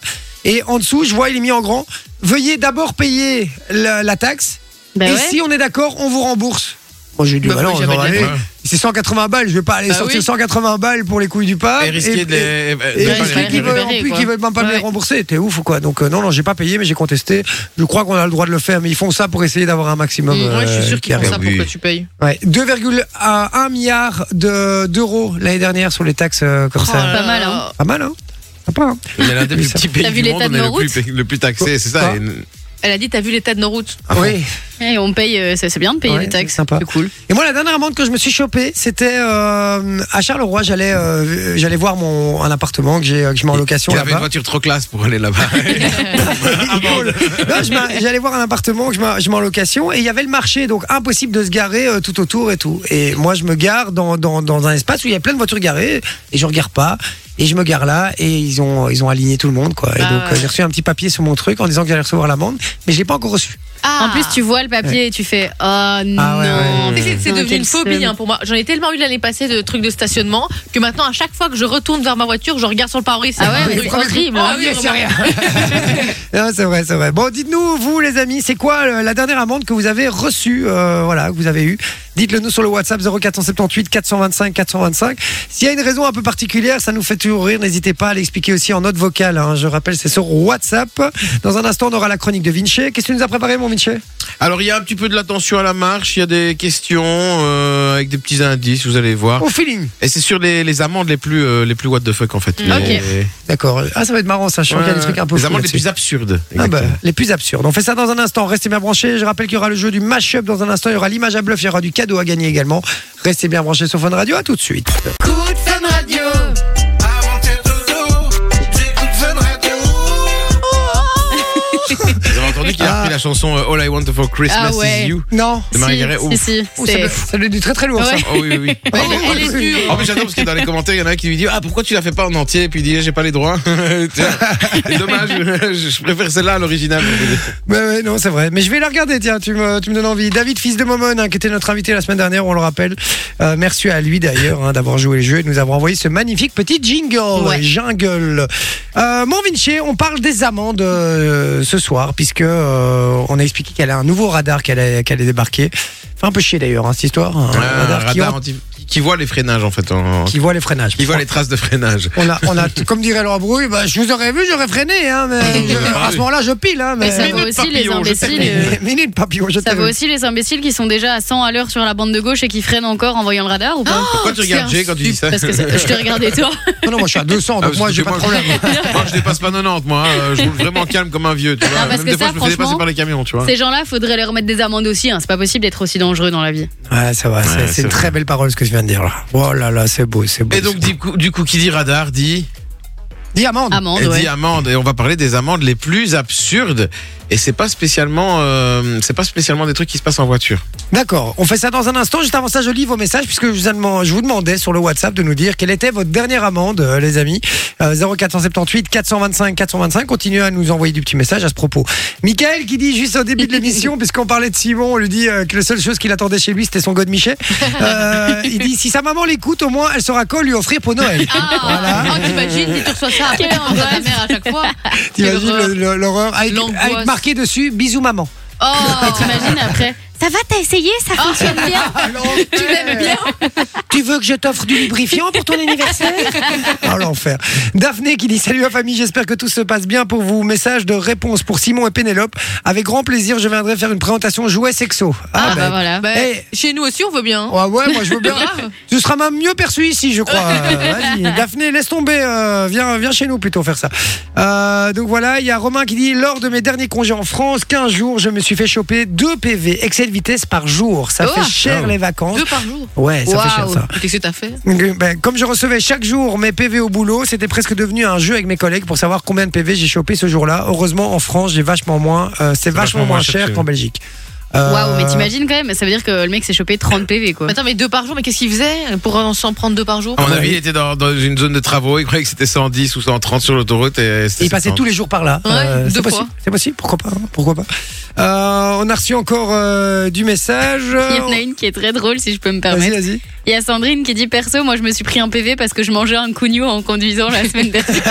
S2: Et en dessous je vois il est mis en grand veuillez d'abord payer la, la taxe
S4: Bah
S2: et
S4: ouais.
S2: si on est d'accord on vous rembourse. Moi j'ai dit
S7: Ben Bah
S2: bah non,
S7: oui,
S2: on va
S7: j'avais
S2: aller.
S7: bien
S5: compris.
S2: c'est 180 balles, je vais pas aller
S7: Bah
S2: sortir
S7: oui.
S2: 180 balles pour les couilles du pain.
S5: Et risquer de les.
S2: Et
S5: de
S7: Ouais,
S2: ceux
S5: pas les
S7: risquer
S2: qui
S7: qu'ils
S5: récupérer.
S2: veulent, en
S7: récupérer,
S2: plus,
S7: quoi.
S2: qui veulent même pas me les
S7: Ouais.
S2: rembourser, t'es ouf ou quoi Donc euh, non, non, j'ai pas payé, mais j'ai contesté. Je crois qu'on a le droit de le faire, mais ils font ça pour essayer d'avoir un maximum.
S7: Moi, Mm, je
S2: euh,
S7: suis sûr
S2: qui
S7: qu'ils font
S2: arrive.
S7: ça pour
S5: oui.
S7: que tu payes.
S2: Ouais. 2,1 milliard de- d'euros l'année dernière sur les taxes euh, comme
S7: Oh
S2: ça.
S7: là
S4: Pas mal,
S7: là.
S4: hein.
S2: Pas mal, hein Sympa, hein
S5: On est l'un des plus petits pays
S4: T'as vu
S5: du monde,
S4: l'état
S5: on
S4: de
S5: est
S4: nos
S5: le plus, le plus taxé, c'est ça.
S2: Quoi
S5: et-
S7: Elle a dit, t'as vu l'état de nos routes
S5: Ah bon
S2: Oui.
S4: Et on paye, euh, c'est c'est bien de payer
S2: Ouais,
S4: des taxes.
S2: c'est sympa.
S4: C'est cool.
S2: Et moi, la dernière amende que je me suis chopée, c'était euh, à Charleroi. J'allais, euh, j'allais voir mon un appartement que j'ai, euh, que je mets en location
S5: Il avait une
S2: là-bas.
S5: voiture trop classe pour aller là-bas.
S2: (laughs) Non, je m'a- j'allais voir un appartement que je m'a- je mets en location et il y avait le marché, donc impossible de se garer euh, tout autour et tout. Et moi, je me gare dans, dans, dans un espace où il y a plein de voitures garées et je regarde pas. Et je me gare là et ils ont, ils ont aligné tout le monde. Quoi. Et
S4: Ah
S2: donc, euh,
S4: ouais.
S2: j'ai reçu un petit papier sur mon truc en disant que j'allais recevoir l'amende, mais je l'ai pas encore reçu.
S4: En
S7: Ah.
S4: plus, tu vois le papier et tu fais Oh non.
S2: Ah. ouais, ouais.
S7: C'est- C'est
S4: Non,
S7: devenu
S4: quel
S7: une phobie
S4: seum.
S7: hein, pour moi. J'en ai tellement eu l'année passée de trucs de stationnement que maintenant, à chaque fois que je retourne vers ma voiture, je regarde sur le pare-brise.
S4: Ah ouais,
S7: un
S4: mais
S7: truc
S4: c'est horrible.
S7: Ah oui,
S2: Ah,
S7: vraiment.
S2: c'est
S7: (laughs)
S2: rien. Non, c'est vrai, c'est vrai. Bon, dites-nous, vous, les amis, c'est quoi euh, la dernière amende que vous avez reçue, euh, voilà, que vous avez eue Dites-le nous sur le WhatsApp 0478 425 425. S'il y a une raison un peu particulière, ça nous fait toujours rire. N'hésitez pas à l'expliquer aussi en note vocale. hein. Je rappelle, c'est sur WhatsApp. Dans un instant, on aura la chronique de Vinci. Qu'est-ce que tu nous as préparé, mon Vinci
S5: Alors il y a un petit peu de l'attention à la marche, il y a des questions euh, avec des petits indices, vous allez voir.
S2: Au feeling.
S5: Et c'est sur les, les amendes les plus euh, les plus what the fuck en fait.
S7: Mm. Ok.
S5: Les,
S2: D'accord. Ah, ça va être marrant, ça. Je sens qu'il y a des
S5: Ouais,
S2: trucs un peu
S5: les
S2: fous
S5: amendes les
S2: là-dessus.
S5: plus absurdes.
S2: Ah bah,
S5: exactement.
S2: les plus absurdes. On fait ça dans un instant. Restez bien branchés. Je rappelle qu'il y aura le jeu du mash-up dans un instant. Il y aura l'image à bluff. Il y aura du cadeau à gagner également. Restez bien branchés sur Fun Radio. À tout de suite.
S5: Vous avez entendu qu'il a
S2: Ah.
S5: repris la chanson euh, All I Want for Christmas
S4: Ah ouais.
S5: is You
S2: Non.
S5: de Marie
S4: Si,
S5: Carré. Ouf.
S4: si, si,
S2: Oh, ça,
S4: c'est-
S2: doit- ça doit être du très très lourd.
S4: (laughs) Ouais.
S2: Ça.
S5: Oh oui, oui, oui.
S2: Ah
S7: Elle
S2: oui,
S7: est- elle est dure.
S5: En plus, j'adore parce que dans les commentaires, il y en a qui lui dit Ah, pourquoi tu la fais pas en entier Et puis il dit J'ai pas les droits. (laughs) C'est Dommage, je je préfère celle-là à l'original.
S2: Ouais, ouais, non, c'est vrai. Mais je vais la regarder. Tiens, tu me, tu me donnes envie. David, fils de Momone, hein, qui était notre invité la semaine dernière, on le rappelle. Euh, merci à lui d'ailleurs hein, d'avoir joué le jeu et de nous avoir envoyé ce magnifique petit jingle.
S4: Ouais.
S2: Jungle. Euh, mon Vinci, on parle des amendes euh, ce soir, puisque euh, on a expliqué qu'elle a un nouveau radar qu'elle est qu'elle est débarqué. Fait un peu chier d'ailleurs, hein, cette histoire. Un
S5: Un
S2: radar, qui,
S5: radar anti- qui voit les freinages en fait. en-
S2: qui voit les freinages.
S5: Qui voit les traces de
S4: Oh,
S5: freinage.
S2: On a, on a, comme dirait Laurent Brouille, bah, je vous aurais vu, j'aurais freiné, hein, mais
S5: (laughs)
S2: à ce moment-là, je pile, hein, mais.
S4: Mais ça
S5: Minute
S4: vaut aussi les
S5: papillon, je
S4: imbéciles.
S5: t'aime.
S2: (laughs)
S4: euh,
S2: Minute, papillon, je
S4: Ça
S2: t'aime.
S4: vaut aussi les imbéciles qui sont déjà à 100 à l'heure sur la bande de gauche et qui freinent encore en voyant le radar ou pas
S5: Pourquoi tu
S4: c'est
S5: regardes
S4: un
S5: Jay quand tu dis ça (laughs)
S4: Parce que c'est- je t'ai regardé toi.
S2: Non, non, moi je suis à 200,
S5: Ah,
S2: donc
S5: parce
S2: moi
S5: que
S2: j'ai pas de
S5: moi,
S2: problème.
S5: Moi, je dépasse pas 90, moi. hein, euh, Je roule vraiment calme comme un vieux, tu vois.
S4: Ah, parce
S5: Même
S4: que
S5: des fois,
S4: ça,
S5: je me fais dépasser
S4: franchement,
S5: par les camions, tu vois.
S4: Ces gens-là, faudrait leur mettre des amendes aussi. hein. C'est pas possible d'être aussi dangereux dans la vie.
S2: Ouais, ça va, c'est- c'est
S5: c'est
S2: une très belle parole ce que tu viens de dire là. Oh là là, c'est beau, c'est beau.
S5: Et donc,
S2: c'est beau.
S5: du coup, du coup, qui dit radar dit
S2: Diamande.
S4: Amende,
S5: Et
S4: ouais.
S5: dit amende. Et on va parler des amendes les plus absurdes. Et c'est pas spécialement, euh, c'est pas spécialement des trucs qui se passent en voiture.
S2: D'accord, on fait ça dans un instant. Juste avant ça, je lis vos messages puisque je vous, demande- je vous demandais sur le WhatsApp de nous dire quelle était votre dernière amende, euh, les amis. Euh, 0478 425 425. Continuez à nous envoyer du petit message à ce propos. Michael qui dit juste au début de l'émission, puisqu'on parlait de Simon, on lui dit euh, que la seule chose qu'il attendait chez lui c'était son God Michet. Euh, il dit si sa maman l'écoute, au moins elle saura quoi lui offrir pour Noël.
S7: Ah, oh, t'imagines, si tu reçois ça après
S4: Quelle
S7: on voit ta mère à chaque fois.
S2: T'imagines
S7: l'horreur.
S2: le- le- l'horreur avec,
S7: L'angoisse.
S2: avec marqué dessus bisous maman.
S4: Oh, t'imagines après Ah. Ça va, t'as essayé Ça fonctionne bien
S2: (laughs) tu l'aimes bien Tu veux que je t'offre du lubrifiant pour ton anniversaire Oh l'enfer. Daphné qui dit salut à famille, j'espère que tout se passe bien pour vous. Message de réponse pour Simon et Pénélope. Avec grand plaisir, je viendrai faire une présentation jouets sexo.
S4: Ah,
S2: ben.
S4: bah voilà.
S7: Bah,
S2: Eh.
S7: Chez nous aussi, on veut bien. hein.
S2: Ouais, Ah ouais, moi je veux bien.
S7: Grave.
S2: Ce sera même mieux perçu ici, je
S7: (laughs)
S2: crois. Euh, vas-y, Daphné, laisse tomber. euh, viens, viens chez nous plutôt faire ça. Euh, donc voilà, il y a Romain qui dit Lors de mes derniers congés en France, 15 jours, je me suis fait choper 2 PV, excès de vitesse par jour. Ça
S7: Oh.
S2: fait cher
S5: Ah.
S2: les vacances.
S7: Deux par jour.
S2: Ouais, ça fait cher
S7: Waouh.
S2: ça.
S7: Qu'est-ce que t'as fait
S2: Donc, ben, comme je recevais chaque jour mes PV au boulot, c'était presque devenu un jeu avec mes collègues pour savoir combien de PV j'ai chopé ce jour-là. Heureusement, en France, j'ai vachement moins. euh, c'est vachement, moins cher
S5: cher.
S2: qu'en Belgique.
S4: Waouh, mais
S2: Euh,
S4: t'imagines quand même Ça veut dire que le mec s'est chopé 30 PV quoi.
S7: Attends, mais deux par jour, mais qu'est-ce qu'il faisait pour euh, s'en prendre deux par jour
S2: Ah,
S5: À mon avis, il était dans, dans une zone de travaux. Il croyait que c'était 110 ou 130 sur l'autoroute. Et
S2: Et il passait tous les jours par là. Euh,
S7: Ouais, deux
S2: c'est
S7: fois.
S2: possible. C'est possible, pourquoi pas. hein, pourquoi pas. Euh, on a reçu encore euh, du message.
S4: Il
S5: Oh.
S4: y en a une qui est très drôle si je peux me
S2: Vas-y,
S4: permettre.
S2: vas-y.
S4: Il y a Sandrine qui dit perso, moi je me suis pris un PV parce que je mangeais un cugno en conduisant la semaine dernière.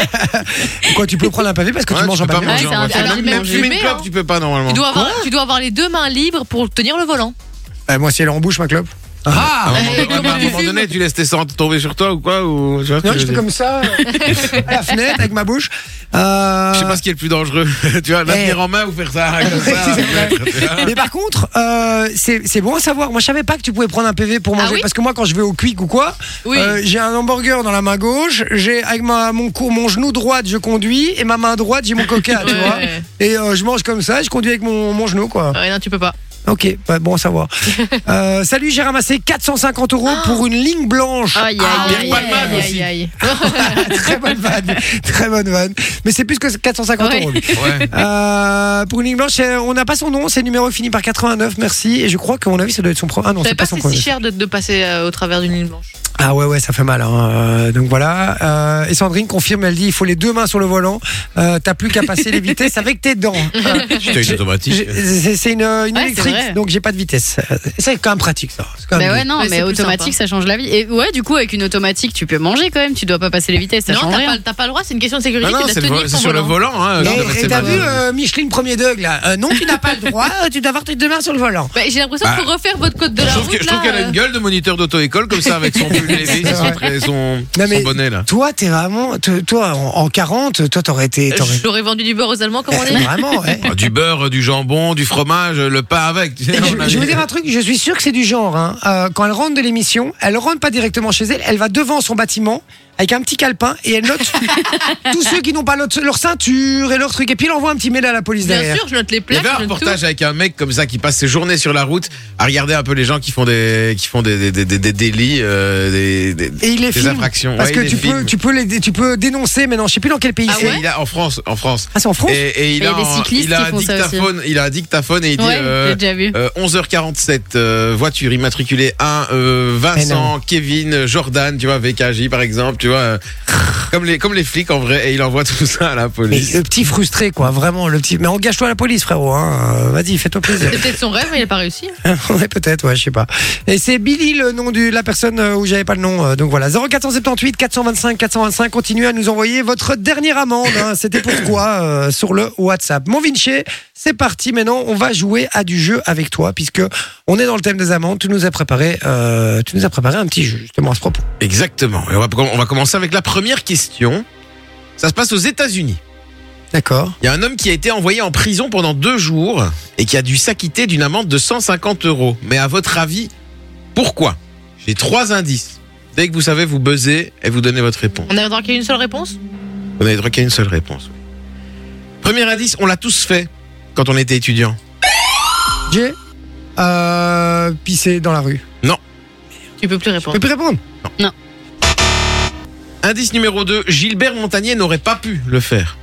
S2: Quoi, tu peux prendre un pavé parce que
S5: Ouais,
S2: tu
S5: tu
S2: manges
S5: peux
S2: un
S5: pas
S2: pavé.
S5: manger
S4: Ouais,
S5: en
S4: c'est
S5: voiture.
S4: un- alors,
S5: Même-
S4: même
S5: Même fumer
S7: fumer,
S5: une clope,
S7: hein.
S5: tu peux pas normalement.
S7: tu dois, avoir, tu dois avoir les deux mains libres pour tenir le volant.
S2: Euh, moi, si elle est en bouche, ma clope. Ah,
S5: À un
S7: Eh,
S5: moment, ouais,
S7: comment
S5: bah, à un
S7: tu
S5: moment
S7: fumes
S5: donné, tu laisses tes cendres tomber sur toi ou quoi ou, tu vois,
S2: Non,
S5: tu-
S2: je fais comme ça,
S4: (laughs)
S2: euh, à la fenêtre, avec ma bouche. Euh,
S5: Je sais pas ce qui est le plus dangereux. (laughs) tu vois, la
S2: Eh.
S5: tenir en main ou faire ça. Comme
S2: C'est
S5: ça à la fenêtre, tu vois.
S2: Mais par contre, euh, c'est c'est bon à savoir. Moi, je savais pas que tu pouvais prendre un PV
S4: Ah
S2: pour manger.
S7: oui
S2: parce que moi, quand je vais au quick ou quoi,
S7: Oui.
S2: euh, j'ai un hamburger dans la main gauche, j'ai avec ma, mon, cou- mon genou droite, je conduis, et ma main droite, j'ai mon coca, tu
S7: Ouais.
S2: vois. Et euh, je mange comme ça, je conduis avec mon, mon genou, quoi.
S7: Ouais, non, tu peux pas.
S2: Ok, bah, bon à
S7: (laughs)
S2: savoir. Euh, salut, j'ai ramassé 450 euros pour une ligne blanche.
S4: Aïe,
S5: Ah,
S4: aïe, aïe,
S5: Pierre Palmade
S4: aïe,
S5: aussi.
S4: aïe, aïe.
S2: (laughs) très bonne vanne, très bonne vanne. Mais c'est plus que 450
S4: Ouais.
S2: euros.
S5: Ouais.
S2: Euh, pour une ligne blanche, euh, on n'a pas son nom, c'est le numéro fini par 89, merci. Et je crois qu'à mon avis, ça doit être son pro. Ah non,
S7: savais
S2: c'est
S7: pas
S2: pas
S7: que
S2: son
S7: c'est
S2: premier.
S7: si cher de, de passer euh, au travers d'une ligne blanche.
S2: Ah ouais, ouais, ça fait mal. hein. Euh, donc voilà. Euh, et Sandrine confirme, elle dit il faut les deux mains sur le volant. Euh, T'as plus qu'à passer les
S4: (laughs)
S2: vitesses avec tes dents. Euh,
S5: Putain, automatique.
S2: j'ai- c'est c'est une, une
S4: Ouais, c'est
S2: électrique,
S4: vrai.
S2: donc j'ai pas de vitesse. Euh, C'est quand même pratique ça. C'est quand
S4: Bah
S2: même
S4: ouais,
S2: bien.
S4: non,
S7: Ouais,
S4: mais
S7: c'est plus
S4: automatique, ça change la vie. Et ouais, du coup, avec une automatique, tu peux manger quand même, tu dois pas passer les vitesses, ça
S7: non,
S4: change
S7: t'as
S4: rien.
S7: pas, t'as pas le droit, c'est une question de sécurité.
S5: Ah non,
S7: tu dois
S5: c'est le vo-
S7: tenir ton
S5: c'est sur le
S7: volant.
S5: volant. Hein,
S2: Et-
S5: je dois
S2: Eh, et
S5: rester
S2: t'as
S5: pas-
S2: vu euh, Micheline premier Doug là Euh, Non, tu n'as pas le droit, euh, tu dois avoir tes deux mains sur le volant.
S7: Bah, J'ai l'impression qu'il faut refaire votre code de
S5: Je
S7: la
S5: trouve que-
S7: route.
S5: je trouve
S7: là,
S5: qu'elle a
S7: euh.
S5: une gueule de moniteur d'auto-école comme ça
S2: (laughs)
S5: avec son pull lévé,
S2: C'est
S5: son,
S2: vrai.
S5: trait- son,
S2: Non,
S5: son
S2: mais-
S5: bonnet là.
S2: Toi, t'es vraiment. te- Toi, en, en 40, toi, t'aurais été. t'aurais-
S7: J'aurais euh. vendu du beurre aux Allemands, comme on
S2: Eh,
S7: dit.
S2: Vraiment, ouais.
S5: Ah, du beurre, du jambon, du fromage, le pain avec. tu sais,
S2: Et
S5: on
S2: je,
S5: a
S2: je vais vous
S5: mis-
S2: dire un truc, je suis sûr que c'est du genre. hein. Euh, quand elle rentre de l'émission, elle rentre pas directement chez elle, elle va devant son bâtiment avec un petit calepin et elle
S7: (laughs)
S2: note tous ceux qui n'ont pas leur, leur ceinture et leur truc. Et puis elle envoie un petit mail à la police
S7: Bien
S2: derrière.
S7: sûr, je note les
S5: Il y
S7: plaques.
S5: avait un
S7: je note tout.
S5: reportage avec un mec comme ça qui passe ses journées sur la route à regarder un peu les gens qui font des qui font des, des, des, des- des délits, euh, des, des,
S2: Et il les
S5: des
S2: filme.
S5: infractions.
S2: Parce
S5: Ouais, il
S2: que
S5: les
S2: tu peux,
S5: filme.
S2: tu, peux les, tu peux dénoncer maintenant, je sais plus dans quel pays
S7: Ah
S2: c'est.
S5: Et il a en France, en France.
S2: Ah, c'est en France
S5: Et, et il,
S4: Mais il y
S5: a
S4: a des
S5: un-
S4: cyclistes
S5: il a
S4: qui
S5: un
S4: font ça aussi.
S5: dictaphone, il a un dictaphone et il dit
S4: Ouais,
S5: euh,
S4: j'ai déjà vu.
S5: Euh, 11h47, euh, voiture immatriculée 1, euh, Vincent, Kevin, Jordan, tu vois, VKJ par exemple, tu vois, euh, comme, les, comme les flics en vrai, et il envoie (laughs) tout ça à la
S2: Mais
S5: police.
S2: le petit frustré, quoi, vraiment. Le petit... Mais engage-toi à la police, frérot. hein. Euh, Vas-y, fais-toi plaisir.
S7: C'est peut-être son
S4: Ah,
S7: rêve, mais il a pas réussi.
S2: (laughs) ouais, peut-être, ouais, je sais pas. Et c'est Billy le nom de la personne euh, où j'avais pas le nom. euh, Donc voilà, 0478 425 425. Continuez à nous envoyer votre dernière amende. hein. C'était pourquoi euh, sur le WhatsApp. Mon Vinci, c'est parti. Maintenant, on va jouer à du jeu avec toi puisque on est dans le thème des amendes. Tu nous as préparé, euh, tu nous as préparé un petit jeu justement à ce propos.
S5: Exactement. Et on, va, on va commencer avec la première question. Ça se passe aux États-Unis.
S2: D'accord.
S5: Il y a un homme qui a été envoyé en prison pendant deux jours et qui a dû s'acquitter d'une amende de 150 euros. Mais à votre avis, pourquoi J'ai trois indices. Dès que vous savez, vous buzzez et vous donnez votre réponse.
S7: On a le droit qu'il y ait une seule réponse
S5: On a le droit qu'à une seule réponse. oui. Premier indice, on l'a tous fait quand on était étudiant.
S2: J'ai euh, pissé dans la rue.
S7: Tu peux plus
S2: Tu
S7: répondre.
S2: peux plus répondre.
S5: Indice numéro 2, Gilbert Montagnier n'aurait pas pu le faire.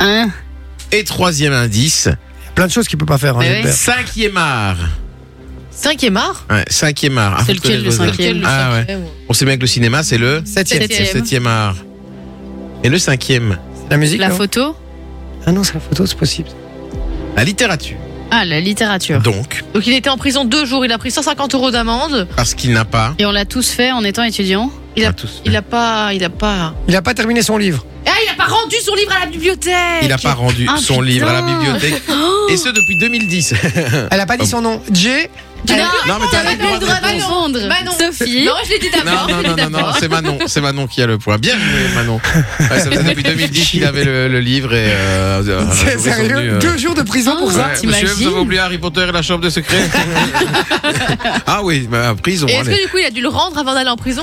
S4: Hein
S5: Et troisième indice,
S2: Il y a plein de choses qu'il peut pas faire. hein,
S4: Mais ouais.
S2: Gilbert.
S5: cinquième art.
S7: Cinquième art
S5: Ouais, cinquième art. Ah,
S4: C'est
S5: vous
S4: lequel,
S5: connaissez
S4: le
S5: vos-
S4: Cinquième.
S5: Ah ouais. On sait bien que le cinéma, c'est le
S2: Septième.
S7: Septième.
S5: septième art. Et le cinquième,
S2: La musique.
S4: La
S2: non
S4: photo
S2: ah non, c'est la photo, c'est possible.
S5: la littérature.
S4: Ah, la littérature.
S5: Donc,
S7: Donc il était en prison deux jours, il a pris 150 euros d'amende.
S5: parce qu'il n'a pas...
S4: Et on l'a tous fait en étant étudiant.
S7: Il
S5: Pas
S7: a-
S5: tous.
S7: Il a pas. Il a pas.
S2: Il a pas terminé son livre.
S7: Ah, il a pas rendu son livre à la bibliothèque
S5: Il n'a pas rendu
S4: Ah,
S5: son livre à la
S4: putain.
S5: bibliothèque. Et ce, depuis 2010.
S4: Ah.
S2: Elle a pas dit son nom. J.
S7: Non,
S5: non, mais t'as
S7: t'avais pas le droit de répondre.
S4: Vendre.
S7: Manon.
S4: Sophie.
S7: Bah Non, je l'ai dit
S5: Non, (laughs)
S7: d'abord.
S5: non, non,
S7: je l'ai dit
S5: non, non,
S7: d'abord.
S5: c'est Manon, c'est Manon qui a le point. Bien joué, Manon. Ouais, ça faisait depuis 2010 qu'il avait le, le livre et. Euh, euh, un jour,
S2: C'est
S5: ils sont
S2: sérieux
S5: venus, euh,
S2: Deux jours de prison pour
S4: Ah.
S2: ça
S5: ouais, monsieur, vous
S4: t'imagines
S5: avez oublié Harry Potter et la chambre de secret Ah oui, bah, prison.
S7: Et est-ce
S5: allez.
S7: que du coup il a dû le rendre avant d'aller en prison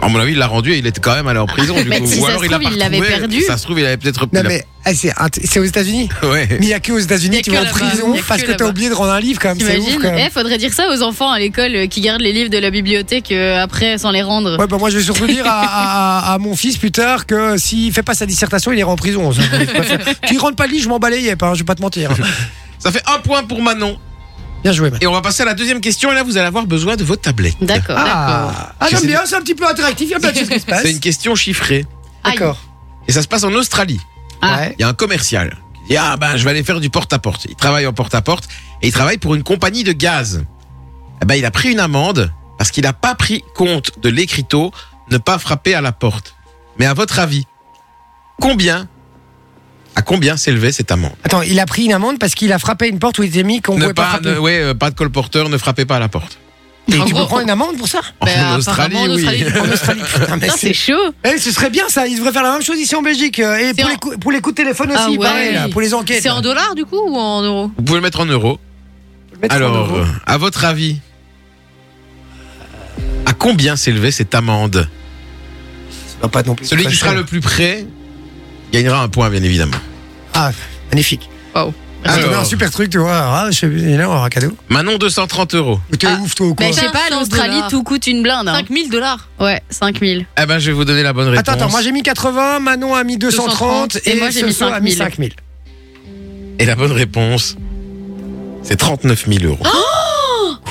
S5: À mon avis, il l'a rendu et il était quand même allé en prison. Du
S4: Mais
S5: coup.
S4: si
S5: Ou
S4: ça
S5: alors
S4: se
S5: il l'a
S4: trouve,
S5: pas
S4: il l'avait
S5: retrouvé.
S4: perdu.
S5: Ça se trouve, il avait peut-être.
S2: Non
S5: il a-
S2: mais eh, c'est int- c'est aux
S5: (laughs)
S2: États-Unis.
S5: Ouais.
S2: Mais il y a que aux
S7: Y
S2: États-Unis
S7: a
S2: qui
S7: que
S2: vont en
S7: là-bas,
S2: prison
S7: y a que
S2: parce que t'as
S7: là-bas.
S2: oublié de rendre un livre quand même. C'est ouf
S4: T'imagines
S2: quand même.
S4: Eh, faudrait dire ça aux enfants à l'école euh, qui gardent les livres de la bibliothèque euh, après sans les rendre.
S2: Ouais, bah moi je vais surtout dire à, à- à- à mon fils plus tard que s'il fait pas sa dissertation, il ira en prison. Ça, je préfère.
S7: (laughs)
S2: Tu rentres pas le lit, je m'en balayais pas, hein, je vais pas te
S5: (laughs)
S2: mentir.
S5: Ça fait un point pour Manon.
S2: Bien joué, man.
S5: Et on va passer à la deuxième question. Et là, vous allez avoir besoin de votre tablette.
S4: D'accord.
S2: Ah, ah j'aime
S5: C'est-
S2: bien, c'est un petit peu interactif, il y a plein de
S5: (laughs)
S2: choses qui se passent.
S5: C'est une question chiffrée.
S2: D'accord.
S5: Et ça se passe en Australie.
S4: Ah.
S2: Ouais.
S5: Il y a un commercial qui dit Ah ben je vais aller faire du porte-à-porte. Il travaille en porte-à-porte et il travaille pour une compagnie de gaz. Eh ben, il a pris une amende parce qu'il n'a pas pris compte de l'écriteau ne pas frapper à la porte. Mais à votre avis, combien à combien s'élevait cette amende
S2: Attends, il a pris une amende parce qu'il a frappé une porte où il était mis qu'on
S5: ne
S2: pouvait pas,
S5: pas,
S2: frapper.
S5: ne- ouais, euh, pas de colporteur, ne frappez pas à la porte.
S2: Et
S7: En
S2: tu peux
S7: gros-
S2: prendre une amende pour ça
S7: Bah, apparemment, en
S5: (laughs)
S7: Australie,
S5: oui.
S7: tu
S2: Ben, En Australie, putain, mais
S4: Putain, c'est chaud.
S2: Eh, ce serait bien ça, ils devraient faire la même chose ici en Belgique. euh, Et
S7: C'est
S2: pour,
S7: en-
S2: les coups, pour les coups de téléphone aussi,
S7: Ah ouais.
S2: pareil, là, pour les enquêtes.
S7: C'est en
S2: là.
S7: dollars Ah, du coup ou en euros
S5: Vous pouvez le mettre en euros.
S2: Faut le mettre en
S5: Alors,
S2: euros.
S5: euh, à votre avis, à combien s'élevait cette amende
S2: Ça va pas non plus
S5: Celui
S2: très
S5: qui sera
S2: cher.
S5: le plus près gagnera un point, bien évidemment.
S2: Ah, magnifique.
S7: Wow.
S2: Parce que
S5: Alors.
S2: c'est un super truc, tu vois. Ah, je suis là, on aura un cadeau.
S5: Manon, 230 euros.
S2: Mais t'es
S7: Ah,
S2: ouf, toi, ou quoi
S4: Mais Bah, je sais pas,
S7: 500
S4: l'Australie,
S7: dollars.
S4: tout coûte une blinde. hein.
S7: 5000 dollars.
S4: Ouais, 5000.
S5: Eh ben, je vais vous donner la bonne réponse.
S2: Attends, attends, moi j'ai mis 80, Manon a mis 230,
S4: 230,
S2: et,
S4: et moi, j'ai mis
S2: Soso a
S4: 5
S2: 5000.
S5: Et la bonne réponse, c'est 39 000 euros.
S2: Ah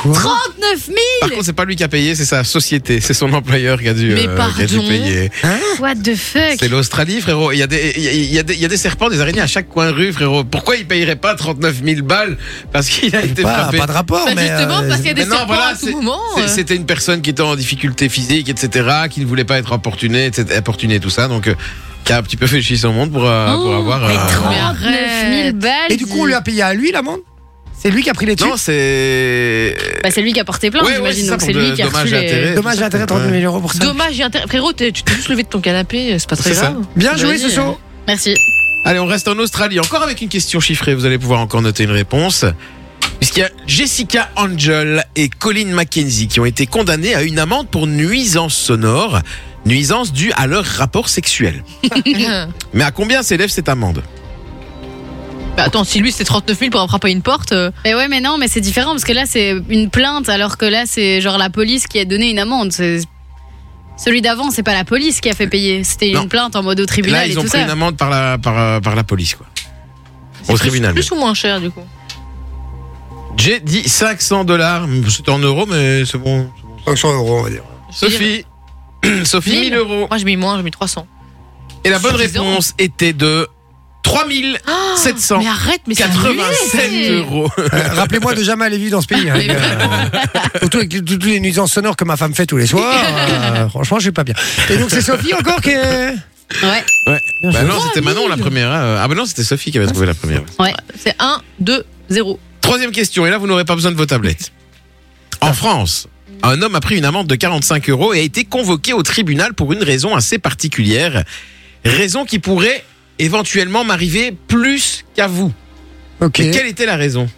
S2: Quoi
S4: 39 000
S5: Par contre, c'est pas lui qui a payé, c'est sa société, c'est son employeur qui a dû, euh,
S7: Mais
S5: qui a dû
S7: pardon.
S5: payer.
S4: What the fuck
S5: C'est l'Australie, frérot. Il y, a des, il, y a, il y a des, il y a des serpents, des araignées à chaque coin de rue, frérot. Pourquoi il payerait pas 39 000 balles Parce qu'il a été
S2: pas,
S5: frappé.
S2: pas de rapport,
S7: Bah,
S2: mais.
S7: justement,
S2: euh,
S7: parce qu'il y a des
S5: mais non,
S7: serpents
S5: voilà,
S7: à
S5: c'est-
S7: tout moment.
S5: C'est-
S7: euh.
S5: C'était une personne qui était en difficulté physique, etc., qui ne voulait pas être importunée, etc., importunée, tout ça, donc euh, qui a un petit peu fait chier son monde pour, euh,
S4: Oh,
S5: pour avoir. euh,
S7: trop bien.
S4: 39 000 balles.
S2: Et du coup, on lui a payé à lui l'amende C'est lui qui a pris les
S5: Non,
S2: tuiles
S5: c'est.
S4: Bah, c'est lui qui a porté plainte,
S5: Ouais, ouais,
S4: j'imagine.
S5: c'est ça,
S4: Donc
S5: pour
S4: c'est
S5: de-
S4: lui qui a
S5: dommages
S4: reçu
S5: et
S4: les...
S5: intérêts.
S2: Dommage, j'ai intérêt 32 000 euros pour ça.
S7: Dommage, j'ai inter- frérot, t'es- tu t'es juste levé de ton canapé, euh, c'est pas très
S5: C'est ça.
S7: grave.
S2: Bien joué,
S7: Vas-y.
S2: Soso.
S4: Merci.
S5: Allez, on reste en Australie. Encore avec une question chiffrée, vous allez pouvoir encore noter une réponse. Puisqu'il y a Jessica Angel et Colin McKenzie qui ont été condamnés à une amende pour nuisance sonore, nuisance due à leur rapport sexuel. Mais à combien s'élève cette amende
S7: (laughs) Bah, attends, si lui c'était 39 000 pour avoir frappé une porte, euh,
S4: Mais ouais, mais non, mais c'est différent parce que là, c'est une plainte alors que là, c'est genre la police qui a donné une amende. C'est- Celui d'avant, c'est pas la police qui a fait payer. C'était
S5: Non.
S4: une plainte en mode au tribunal
S5: Là,
S4: et
S5: ils
S4: tout
S5: ont pris
S4: ça.
S5: une amende par la, par, euh, par la police, quoi. Au
S7: c'est
S5: tribunal.
S7: plus, plus ou moins cher du coup.
S5: J'ai dit 500 dollars. C'était en euros, mais c'est bon.
S2: 500 euros, on va dire.
S5: Sophie. (clears throat) Sophie, 1000
S7: Mille.
S5: euros.
S7: Moi j'ai mis moins, j'ai mis 300.
S5: Et la bonne
S7: Suffisant.
S5: réponse était de 3700.
S7: Mais arrête, mais c'est abusé.
S5: 87 euros.
S2: Euh, Rappelez-moi de jamais aller vivre dans ce pays. hein, les gars. Surtout avec les- toutes les nuisances sonores que ma femme fait tous les soirs. euh, franchement, je suis pas bien. Et donc, c'est Sophie encore qui est.
S4: Ouais,
S5: Ouais.
S2: Bien
S5: Bah
S2: joué.
S5: non, c'était Manon la première. hein. Ah bah non, c'était Sophie qui avait trouvé la première.
S4: ouais.
S7: C'est 1, 2, 0.
S5: Troisième question, et là vous n'aurez pas besoin de vos tablettes. En France, un homme a pris une amende de 45 euros et a été convoqué au tribunal pour une raison assez particulière. Raison qui pourrait éventuellement m'arriver plus qu'à vous.
S2: Ok.
S5: Mais quelle était la raison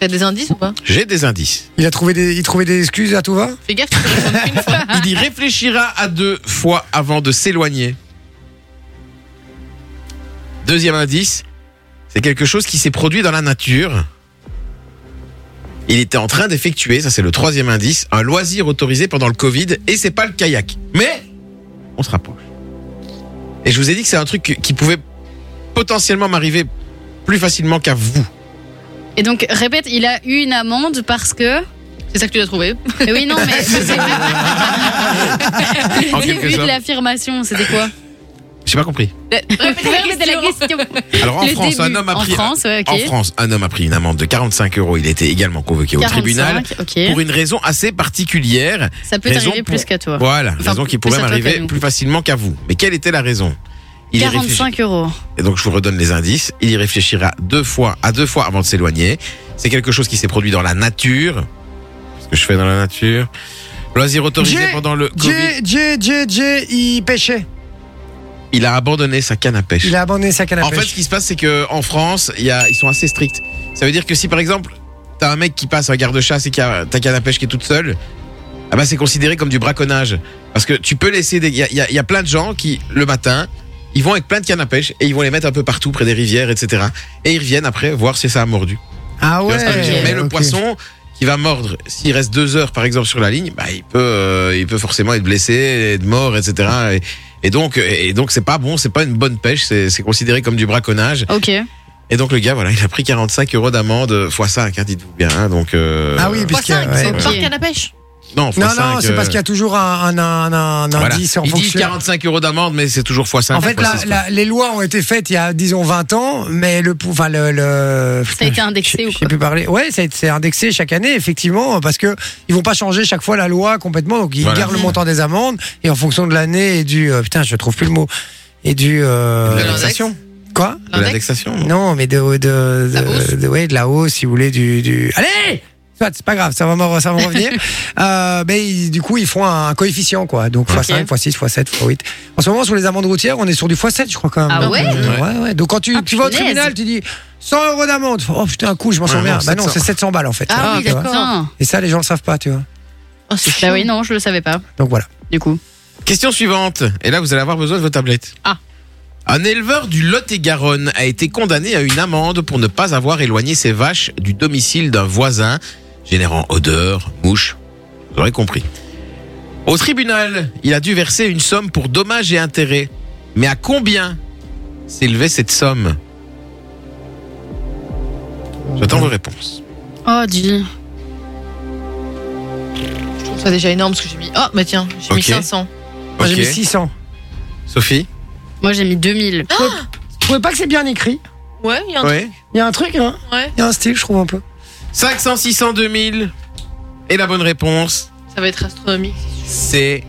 S7: T'as des indices ou pas
S5: J'ai des indices.
S2: Il a trouvé des, il trouvait des excuses à tout va
S7: Fais gaffe, tu te racontes
S5: (laughs)
S7: une fois.
S5: Il y réfléchira à deux fois avant de s'éloigner. Deuxième indice, c'est quelque chose qui s'est produit dans la nature. Il était en train d'effectuer, ça c'est le troisième indice, un loisir autorisé pendant le Covid et c'est pas le kayak. Mais on se rapproche. Et je vous ai dit que c'est un truc qui pouvait potentiellement m'arriver plus facilement qu'à vous.
S4: Et donc, répète, il a eu une amende parce que.
S7: C'est ça que tu l'as trouvé.
S4: Eh oui, non, mais je sais pas.
S5: En
S4: Le
S5: quelque
S4: début de
S5: sorte.
S4: l'affirmation, c'était quoi
S5: J'ai pas compris.
S4: C'était Euh, la question.
S5: Alors en
S4: Le
S5: France, un
S4: début.
S5: homme a
S4: En
S5: pris
S4: France, ouais, ok.
S5: En France, un homme a pris une amende de 45 euros. Il a été également convoqué au
S4: 45,
S5: tribunal
S4: ok.
S5: pour une raison assez particulière.
S4: Ça peut
S5: raison
S4: t'arriver
S5: pour-
S4: plus qu'à toi.
S5: Voilà,
S4: Enfin,
S5: raison qui
S4: plus
S5: pourrait
S4: à toi qu'à
S5: m'arriver
S4: nous.
S5: plus facilement qu'à vous. Mais quelle était la raison Il y réfléchit-
S4: 45 euros.
S5: Et donc je vous redonne les indices. Il y réfléchira deux fois à deux fois avant de s'éloigner. C'est quelque chose qui s'est produit dans la nature. Ce que je fais dans la nature. Loisir autorisé
S2: J'ai-
S5: pendant le Covid.
S2: J, J, J, J, il pêchait.
S5: Il a abandonné sa canne à pêche.
S2: Il a abandonné sa canne à
S5: En fait,
S2: pêche.
S5: ce qui se passe, c'est que en France, il y a- ils sont assez stricts. Ça veut dire que si, par exemple, t'as un mec qui passe un garde-chasse et qui a ta canne à pêche qui est toute seule, ah bah, c'est considéré comme du braconnage. Parce que tu peux laisser des. Il y a, il y a- il y a plein de gens qui, le matin, ils vont avec plein de cannes à pêche et ils vont les mettre un peu partout, près des rivières, etc. Et ils reviennent après voir si ça a mordu.
S2: Ah
S5: Tu
S2: ouais.
S5: vois ce que je veux dire Mais le
S2: ok.
S5: poisson qui va mordre, s'il reste deux heures, par exemple, sur la ligne, bah, il peut, euh, il peut forcément être blessé, être mort, etc. Et, et donc, et donc, c'est pas bon, c'est pas une bonne pêche, c'est c'est considéré comme du braconnage.
S4: Ok.
S5: Et donc le gars, voilà, il a pris 45 euros d'amende fois 5, hein, dites-vous bien. hein, donc, euh,
S2: Ah oui, puisqu'il y a-
S7: 3-5,
S2: ouais.
S7: c'est
S4: ouais.
S7: au parc à la pêche.
S5: non, fois
S2: Non,
S5: cinq,
S2: non, c'est
S5: euh,
S2: parce qu'il y a toujours un, un, un, un
S5: voilà.
S2: indice en
S5: Il dit
S2: fonction.
S5: 45 euros d'amende, mais c'est toujours fois 5.
S2: En fait, la- la- les lois ont été faites il y a, disons, 20 ans, mais le, pou- enfin, le, le-
S4: Ça a été indexé
S2: Je-
S4: ou
S2: je sais
S4: quoi
S2: plus parler. Ouais, ça a été- c'est indexé chaque année, effectivement, parce que ils vont pas changer chaque fois la loi complètement. Donc ils
S5: Voilà.
S2: gardent le montant des amendes et en fonction de l'année et du euh, putain, je trouve plus le mot et du euh,
S5: De
S7: l'indexation.
S2: Quoi
S7: L'index.
S5: l'indexation.
S2: Non, mais de de
S7: La
S2: de,
S7: hausse.
S2: de- ouais, de la hausse, si vous voulez, du du. Allez. Soit, C'est pas grave, ça va me, re- ça va me
S7: (laughs)
S2: revenir. euh, mais ils- du coup, ils font un coefficient, quoi. Donc, x5, x6, x7, x8. En ce moment, sur les amendes routières, on est sur du x7, je crois, quand même.
S4: Ah ouais
S2: ouais, ouais. Donc, quand tu,
S4: Ah,
S2: tu vas au
S4: punaise.
S2: tribunal, tu dis 100 euros d'amende. Oh putain, un coup, je m'en
S5: Ouais,
S2: sors bien.
S5: non,
S2: Bah non,
S5: 700.
S2: c'est 700 balles, en fait.
S7: Ah oui,
S2: Tu vois.
S7: d'accord.
S4: Putain.
S2: Et ça, les gens le savent pas, tu vois.
S7: Oh, c'est
S4: Bah
S7: chiant.
S4: oui, non, je le savais pas,
S2: Donc, voilà.
S4: du coup.
S5: Question suivante. Et là, vous allez avoir besoin de vos tablettes.
S7: Ah.
S5: Un éleveur du Lot-et-Garonne a été condamné à une amende pour ne pas avoir éloigné ses vaches du domicile d'un voisin, générant odeur, mouche. Vous aurez compris. Au tribunal, il a dû verser une somme pour dommages et intérêts. Mais à combien s'élevait cette somme J'attends vos réponses.
S4: Oh, Dieu.
S7: Je trouve ça déjà énorme parce que j'ai mis. Oh, bah tiens, j'ai mis
S5: Ok.
S7: 500.
S2: Moi, j'ai
S5: Ok.
S2: mis 600.
S5: Sophie
S4: Moi, j'ai mis 2000.
S2: Vous trouvez pas que c'est bien écrit
S7: (gasps) Ouais, il y a un
S5: Oui.
S2: Il y a un truc, hein
S7: truc, ouais.
S2: Il y a un style, je trouve un peu.
S5: 500, 600, 2000. Et la bonne réponse,
S7: Ça va être astronomique.
S5: c'est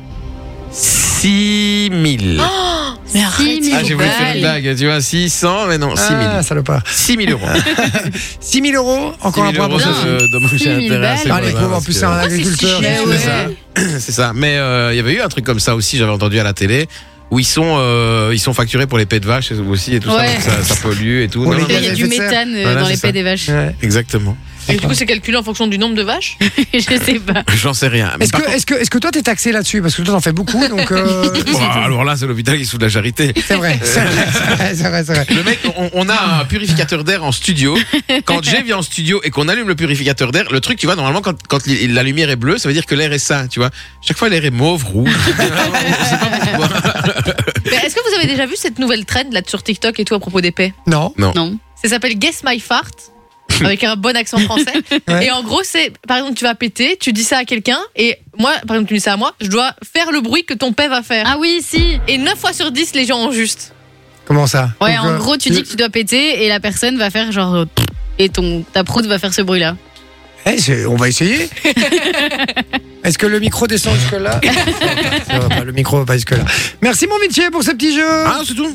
S5: 6000.
S2: Oh,
S7: Mais
S4: arrête,
S5: ah, j'ai voulu faire une blague, tu vois, 600, mais non, 6000.
S2: Ah, salopard.
S5: 6000 euros.
S2: 6000 euros, (laughs) encore
S5: 6
S2: un
S5: 000
S2: point
S5: euros,
S2: pour
S5: ça,
S2: ça.
S4: Sophie.
S5: c'est, euh, dommage et
S4: 6 000
S5: intérêt,
S4: balles.
S5: c'est
S4: Ah,
S5: pas
S2: les
S5: mal,
S2: pauvres, en
S5: parce
S2: plus,
S5: que-
S2: c'est un agriculteur.
S7: cher.
S2: il
S7: Ouais.
S2: fait ça.
S5: C'est ça. Mais euh, il y avait eu un truc comme ça aussi, j'avais entendu à la télé, où ils sont, euh, ils sont facturés pour les pets de vache aussi et tout
S4: Ouais.
S5: ça, donc ça, ça pollue et tout.
S2: Pour
S5: Non,
S2: les
S5: non,
S4: Il y
S5: mais-
S4: a
S2: Ouais,
S4: du
S2: effet de serre.
S4: méthane euh,
S5: Voilà,
S4: dans
S5: c'est
S4: les
S5: ça.
S4: paix des vaches.
S2: Ouais.
S5: Exactement. (laughs)
S7: Et du coup, c'est calculé en fonction du nombre de vaches
S4: (laughs) je sais pas.
S5: J'en sais rien. Mais
S2: Est-ce
S5: par
S2: que, est que, est que toi, t'es taxé là-dessus Parce que toi, t'en fais beaucoup, donc.
S5: (laughs)
S2: euh,
S5: contre- Oh, alors là, c'est l'hôpital qui se fout de la charité.
S2: c'est vrai, c'est vrai, c'est vrai, c'est vrai, c'est vrai.
S5: Le mec, on, on a un purificateur d'air en studio. Quand Jay vient en studio et qu'on allume le purificateur d'air, le truc, tu vois, normalement, quand, quand li- la lumière est bleue, ça veut dire que l'air est sain, tu vois. Chaque fois, l'air est mauve, rouge.
S2: (laughs)
S5: On sait pas pourquoi.
S7: Mais est-ce que vous avez déjà vu cette nouvelle trend là sur TikTok et tout à propos des paix
S2: Non.
S4: Non.
S7: Ça s'appelle Guess
S5: (laughs)
S7: My Fart avec un bon accent français.
S2: Ouais.
S7: Et en gros, c'est par exemple, tu vas péter, tu dis ça à quelqu'un et moi, par exemple, tu dis ça à moi, je dois faire le bruit que ton paix va faire.
S4: Ah oui, si.
S7: Et 9 fois sur 10, les gens ont juste.
S2: Comment ça
S4: Ouais,
S2: Donc,
S4: en
S2: euh,
S4: gros, tu dis que tu dois péter et la personne va faire genre. euh, Et ton, ta proute va faire ce bruit-là.
S2: Eh, c'est- on va essayer.
S4: (laughs)
S2: Est-ce que le micro descend jusque-là Ça va pas, Le micro va pas jusque-là. Merci mon métier pour ce petit jeu.
S5: Ah, c'est tout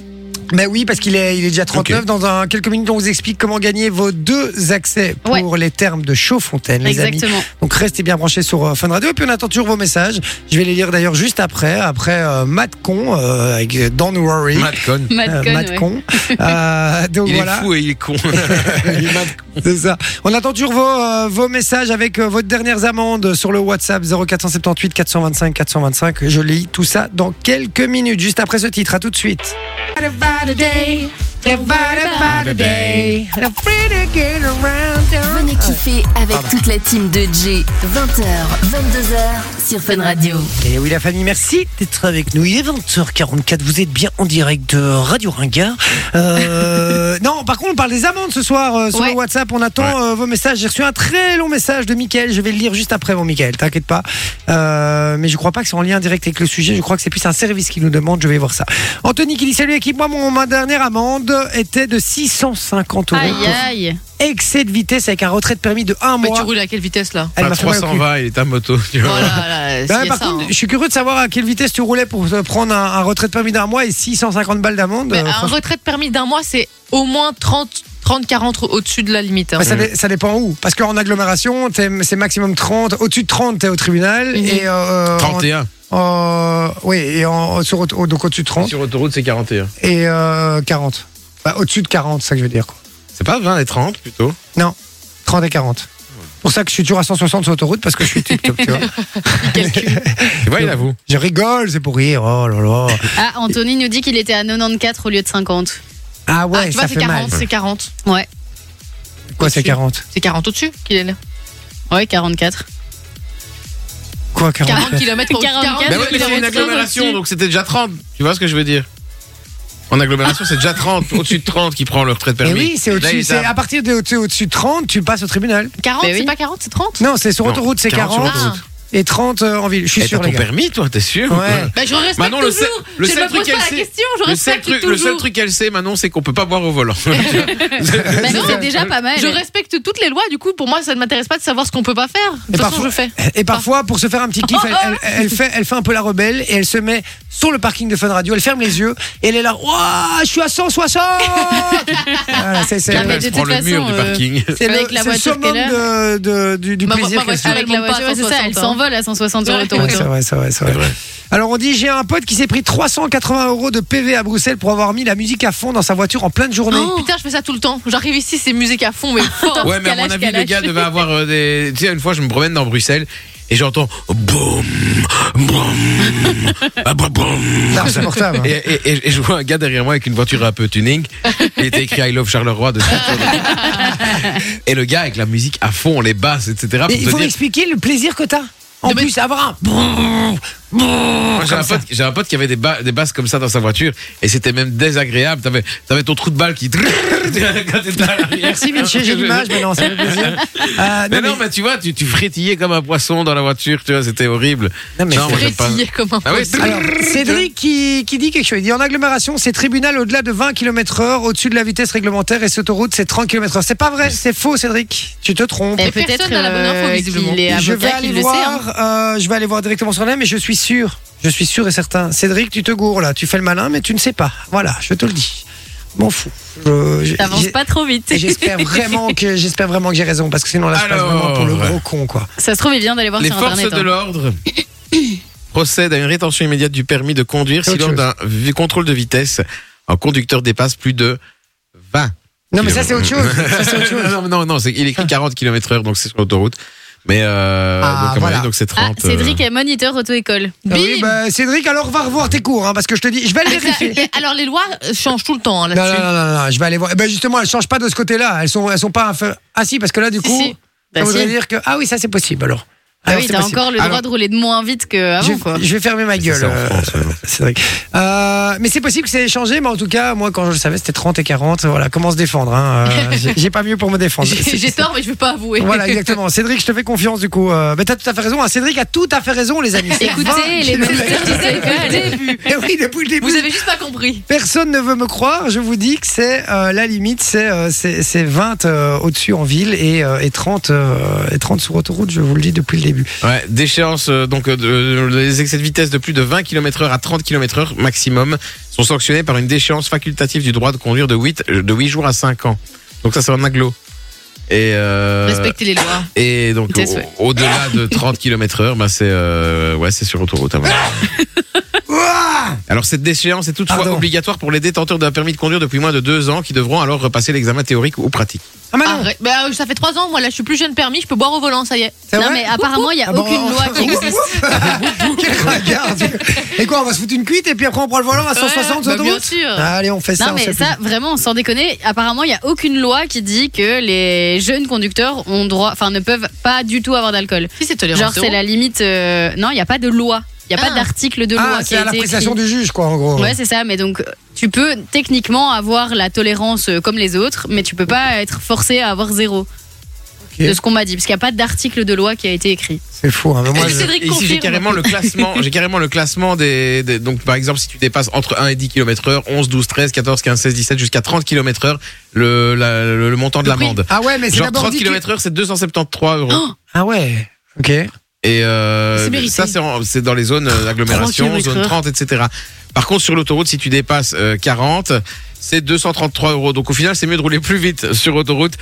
S2: Ben oui, parce qu'il est, il est déjà 39. Dans un, quelques minutes, on vous explique comment gagner vos deux accès pour
S4: Ouais.
S2: les termes de Chaudfontaine, les amis.
S4: Exactement.
S2: Donc restez bien branchés sur euh, Fun Radio. Et puis on attend toujours vos messages. Je vais les lire d'ailleurs juste après. Après euh, Matt Con, euh, avec euh, Don't Worry.
S5: Madcon.
S2: Euh,
S4: Madcon,
S2: Matt
S4: ouais.
S2: Con. Euh, donc
S5: Il
S2: voilà.
S5: est fou et il
S2: (laughs)
S5: est con.
S2: C'est ça. On attend toujours vos, euh, vos messages avec euh, vos dernières amendes sur le WhatsApp 0478 425 425. Je lis tout ça dans quelques minutes, juste après ce titre. À tout de suite.
S4: hein.
S3: Venez kiffer avec toute la team de J. 20h, 22h sur Fun Radio.
S2: Et Eh oui, la famille, merci d'être avec nous. Il est 20h44. Vous êtes bien en direct de Radio Ringard.
S4: (laughs)
S2: Euh, non, par contre, on parle des amendes ce soir euh, sur
S4: Ouais.
S2: le WhatsApp. On attend euh, vos messages. J'ai reçu un très long message de Mickaël. Je vais le lire juste après, mon Mickaël. T'inquiète pas. Euh, mais je crois pas que c'est en lien direct avec le sujet. Je crois que c'est plus un service qui nous demande. Je vais voir ça. Anthony qui dit Salut, équipe. Moi, mon, ma dernière amende était de 650 euros.
S4: Aïe, aïe.
S2: pour excès de vitesse avec un retrait de permis de 1
S7: Mais
S2: mois.
S7: tu roules à quelle vitesse là
S2: Elle
S5: À
S2: m'a fait mal au cul.
S5: 320, il est à moto. Tu vois.
S7: Voilà,
S5: (laughs)
S7: là, s'il y
S2: Bah,
S7: a
S2: par
S7: ça,
S2: contre,
S7: hein.
S2: je suis curieux de savoir à quelle vitesse tu roulais pour te prendre un, un retrait de permis d'un mois et 650 balles d'amende.
S7: Mais
S2: euh,
S7: un
S2: franchement.
S7: retrait de permis d'un mois, c'est au moins 30, 30 40 au-dessus de la limite. hein.
S2: Mais ça, dé- ça dépend où. Parce qu'en agglomération, t'es- c'est maximum 30. Au-dessus de 30, t'es au tribunal.
S7: Mhm.
S2: Et euh,
S5: 31.
S2: en- en- euh, oui, et en, sur, aut- au- donc au-dessus de 30
S5: Sur autoroute, c'est 41.
S2: et euh, 40. Bah, au-dessus de 40, c'est ça que je veux dire. Quoi.
S5: C'est pas 20 et 30 plutôt
S2: 30 et 40. C'est pour ça que je suis toujours à 160 sur autoroute parce que je suis TikTok,
S5: (laughs)
S2: tu vois.
S5: Tu vois, il avoue.
S2: Je rigole, c'est pour rire. Oh là là.
S4: Ah, Anthony nous dit qu'il était à 94 au lieu de 50.
S2: Ah ouais,
S7: ah, tu
S2: ça
S7: vois, c'est
S2: fait
S7: 40,
S2: mal.
S7: c'est 40.
S4: Ouais,
S2: Quoi, c'est 40
S7: C'est 40 au-dessus qu'il est là.
S4: ouais, 44.
S2: Quoi, 40
S7: 40
S5: (laughs)
S7: km au
S4: 44.
S5: Bah
S4: Mais
S5: ouais, mais c'est une
S4: au-dessus.
S5: agglomération, donc c'était déjà 30. Tu vois ce que je veux dire En agglomération, c'est déjà 30. Au-dessus de 30 qui prend le retrait de
S2: Eh
S5: permis.
S2: oui, c'est
S5: Là, il
S2: au-dessus.
S5: est
S2: c'est
S5: à-
S2: à partir de au-dessus au-dessus de 30, tu passes au tribunal.
S7: 40,
S5: Bah
S4: Mais
S7: c'est
S4: oui.
S7: pas 40, c'est 30
S2: Non, c'est sur
S5: Non,
S2: autoroute, c'est
S5: 40
S2: 40,
S5: sur
S7: autoroute.
S2: et 30 euh, en ville. Je suis
S5: Eh,
S2: sûr,
S5: T'as
S2: les
S5: ton
S2: gars.
S5: permis, toi, t'es sûr ou
S2: Ouais.
S5: pas
S7: Bah, je respecte
S5: Manon, le
S7: toujours.
S5: seul- le
S7: je
S5: seul
S7: ne me
S5: truc
S7: pose pas
S5: qu'elle
S7: la
S5: sait-
S7: question, je
S5: le seul,
S7: respecte
S5: truc, le
S7: toujours.
S5: seul truc qu'elle sait, Manon, c'est qu'on peut pas boire au volant. (laughs)
S2: (laughs) Euh,
S4: Bah
S7: non,
S4: non, c'est déjà pas mal.
S7: Je respecte toutes les lois, du coup, pour moi, ça ne m'intéresse pas de savoir ce qu'on peut pas faire. De toute
S2: Et
S7: façon,
S2: parfois-
S7: je fais.
S5: eh,
S2: Et parfois, pour se faire un petit kiff, elle, elle- elle fait, elle fait un peu la rebelle et elle se met sur le parking de Fun Radio, elle ferme les yeux et elle est là. Ouah, je suis à 160 Voilà, C'est c'est-
S4: Ah,
S5: Elle
S4: mais
S5: se
S4: de
S5: prend
S4: toute
S5: le mur
S4: façon,
S5: du
S4: euh,
S5: parking.
S4: (laughs)
S2: c'est le,
S4: avec la
S2: c'est le
S4: voiture
S2: summum
S4: qu'elle
S2: de, de- du, du
S7: Ma- ma-
S2: plaisir
S7: ma
S2: qu'elle se
S7: voiture,
S2: fait.
S4: Avec la
S7: monte pas à
S4: voiture, c'est ça,
S7: 160,
S4: elle
S7: hein.
S4: s'envole à 160 sur
S7: Ouais,
S2: Ouais,
S4: l'autoroute.
S2: c'est vrai, c'est vrai, c'est vrai. Alors on dit j'ai un pote qui s'est pris 380 euros de PV à Bruxelles pour avoir mis la musique à fond dans sa voiture en pleine journée.
S7: Oh, Putain, je fais ça tout le temps.
S5: (laughs)
S7: J'arrive ici, c'est musique à fond, mais fort.
S5: Ouais, mais à mon
S4: Calage,
S5: avis, le
S4: calage.
S5: gars devait avoir euh, des. Tu sais, une fois, je me promène dans Bruxelles et j'entends boum, boum, (laughs) ah, boum, boum.
S2: Non, c'est hein. portable.
S5: Et, et- et- et je vois un gars derrière moi avec une voiture un peu tuning. Il était écrit I love Charleroi
S4: (laughs)
S5: dessus. et le gars avec la musique à fond, les basses, etc.
S2: Mais
S5: Ah, pour
S2: il
S5: te
S2: faut
S5: dire-
S2: m'expliquer le plaisir que t'as. En
S7: De
S2: plus, avoir un. brrr, brrr,
S5: Moi, J'ai
S2: comme
S5: un,
S2: ça.
S5: pote- j'ai un pote qui avait des, ba- des basses comme ça dans sa voiture et c'était même désagréable. T'avais avais ton trou de balle qui. (laughs) quand t'étais à l'arrière.
S2: Merci Vinci, j'ai l'image maintenant,
S5: (laughs)
S2: ça fait plaisir. Euh,
S5: Mais non, mais tu vois, tu, tu frétillais comme un poisson dans la voiture, tu vois, c'était horrible.
S2: Non, mais
S5: Non, moi, j'aime pas.
S7: Frétillé comme un
S5: Ah oui,
S7: poisson.
S2: Alors, Cédric qui, qui dit quelque chose. Il dit en agglomération, c'est tribunal au-delà de 20 km/h, au-dessus de la vitesse réglementaire, et cette autoroute, c'est 30 km/h. C'est pas vrai, c'est faux, Cédric. Tu te trompes.
S4: Et
S7: Mais personne
S4: peut-être
S7: n'a la bonne info,
S4: euh,
S7: visiblement.
S4: qu'il est
S2: je vais
S4: Eh, avocat,
S2: aller
S4: qu'il le sait. hein.
S2: voir. euh, je vais aller voir directement sur l'air, mais je suis sûr, je suis sûr et certain. Cédric, tu te gourres là, tu fais le malin, mais tu ne sais pas. Voilà, je te le dis. M'en fous. Je- j'ai-
S4: T'avances
S2: j'ai-
S4: pas trop vite.
S2: et J'espère vraiment que j'espère vraiment que j'ai raison parce que sinon là je passe vraiment pour le
S5: Alors.
S2: gros con quoi.
S4: (laughs) Ça se trouve, il vient d'aller voir
S5: Les
S4: sur
S5: forces
S4: internet.
S5: de
S4: hein.
S5: l'ordre (coughs) procèdent à une rétention immédiate du permis de conduire
S2: C'est
S5: si
S2: autre
S5: lors d'un vi- contrôle de vitesse, un conducteur dépasse plus de 20.
S2: Non mais ça c'est autre
S5: (laughs)
S2: chose. Ça, c'est autre chose.
S5: non, non, non, c'est- il écrit 40 km/h, donc c'est sur l'autoroute. Mais euh,
S2: Ah,
S5: donc, à mon
S2: voilà.
S5: avis, donc c'est
S4: Ah,
S5: 30.
S4: Cédric est moniteur auto-école.
S7: Bim
S2: Oui, bah, Cédric, alors va revoir tes cours, hein, parce que je te dis, je vais le vérifier.
S4: (laughs)
S7: (laughs) Alors les lois euh, changent tout le temps hein,
S2: Non,
S7: là-dessus.
S5: Bah,
S2: non, non, non, non, je vais aller voir. Eh ben justement, elles changent pas de ce côté-là. Elles sont, elles sont pas. infé- Ah si, parce que là, du
S7: Si,
S2: coup,
S7: si.
S2: ça
S4: Bah,
S2: voudrait
S4: si.
S2: dire que ah oui, ça c'est possible alors.
S4: Ah
S2: Alors,
S4: oui,
S2: c'est
S4: t'as
S2: possible.
S4: encore le
S5: Alors-
S4: droit de rouler de moins vite
S2: Je,
S4: qu'avant, quoi.
S2: je vais fermer ma
S5: C'est
S2: gueule.
S5: ça, en
S2: euh,
S5: France, ouais.
S2: c'est vrai. Euh, mais c'est possible que ça ait changé, mais en tout cas, moi, quand je le savais, c'était 30 et 40. Voilà, comment se défendre hein,
S4: (laughs)
S2: euh, j'ai- J'ai pas mieux pour me défendre.
S7: J'ai j'ai tort, mais je veux pas avouer.
S2: Voilà, exactement. Cédric, je te fais confiance du coup. Euh, mais t'as tout à fait raison. hein. Cédric a tout à fait raison, les amis. C'est 20
S4: Écoutez, les
S2: kilomètres.
S4: moniteurs d'auto-école.
S2: Eh oui, depuis le début.
S7: Vous avez juste pas compris.
S2: Personne ne veut me croire, je vous dis que c'est euh, la limite, c'est euh, c'est- c'est 20 euh, au-dessus en ville et, euh, et 30, euh, et 30 sur autoroute, je vous le dis depuis le début.
S5: Ouais, d'échéance, euh, donc euh, de- les excès de vitesse de plus de 20 km/h à 30 km/h maximum sont sanctionnés par une déchéance facultative du droit de conduire de 8, de 8 jours à 5 ans. Donc ça, c'est en aglo. Et, euh,
S7: Respectez les lois.
S5: et donc
S4: Tes souhaits.
S5: au- au-delà de 30 km/h, bah, c'est euh, ouais, c'est sur autoroute. à mon avis.
S2: Ouah
S5: Alors cette déchéance est toutefois
S2: Pardon.
S5: obligatoire pour les détenteurs d'un permis de conduire depuis moins de 2 ans qui devront alors repasser l'examen théorique ou pratique.
S2: Ah, mais non
S7: Arrête. Bah, euh, ça fait trois ans, moi là, je suis plus jeune permis, je peux boire au volant, ça y est.
S2: C'est
S4: Non,
S2: vrai
S4: mais apparemment, il n'y a
S2: Ah bon,
S4: aucune (laughs) loi qui
S2: ouf,
S4: existe.
S2: ouf, Quel regard tu- Et quoi, on va se foutre une cuite et puis après on prend le volant à 160
S7: Ouais, bah,
S2: sur
S7: bien
S2: autoroute
S7: sûr.
S2: Allez, on fait ça.
S4: Non,
S2: on
S4: mais
S2: s'appuie.
S4: ça, vraiment, sans déconner, apparemment, il n'y a aucune loi qui dit que les jeunes conducteurs ont droit, enfin, ne peuvent pas du tout avoir d'alcool.
S7: Si c'est tolérant.
S4: Genre, c'est la limite. euh, Non, il n'y a pas de loi. Il n'y a
S7: Ah.
S4: pas d'article de loi
S2: Ah,
S4: qui
S2: c'est
S4: a
S2: à
S4: été
S2: l'appréciation
S4: écrit.
S2: du juge, quoi, en gros.
S4: Ouais, c'est ça, mais donc tu peux techniquement avoir la tolérance euh, comme les autres, mais tu peux pas être forcé à avoir zéro.
S2: Ok.
S4: De ce qu'on m'a dit, parce qu'il n'y a pas d'article de loi qui a
S2: (laughs)
S4: été écrit.
S2: C'est fou, hein, mais moi,
S7: Et
S5: je-
S2: je-
S7: Cédric
S5: et ici, j'ai
S7: confirme.
S5: carrément le classement, j'ai carrément le classement des, des- donc par exemple si tu dépasses entre 1 et 10 km heure, 11, 12, 13, 14, 15, 16, 17 jusqu'à 30 km heure, le, la- le, le montant de
S4: prix.
S5: l'amende.
S2: Ah ouais, mais c'est
S5: Genre
S2: d'abord
S5: 30
S2: dit. que-
S5: km heure, c'est 273 euros.
S2: Ah ouais, ok.
S5: et euh,
S7: C'est mérité.
S5: ça c'est en- c'est dans les zones euh, d'agglomération,
S4: 30
S5: zone
S4: km/h.
S5: 30, etc. Par contre sur l'autoroute si tu dépasses euh, 40, c'est 233 euros. Donc au final c'est mieux de rouler plus vite sur autoroute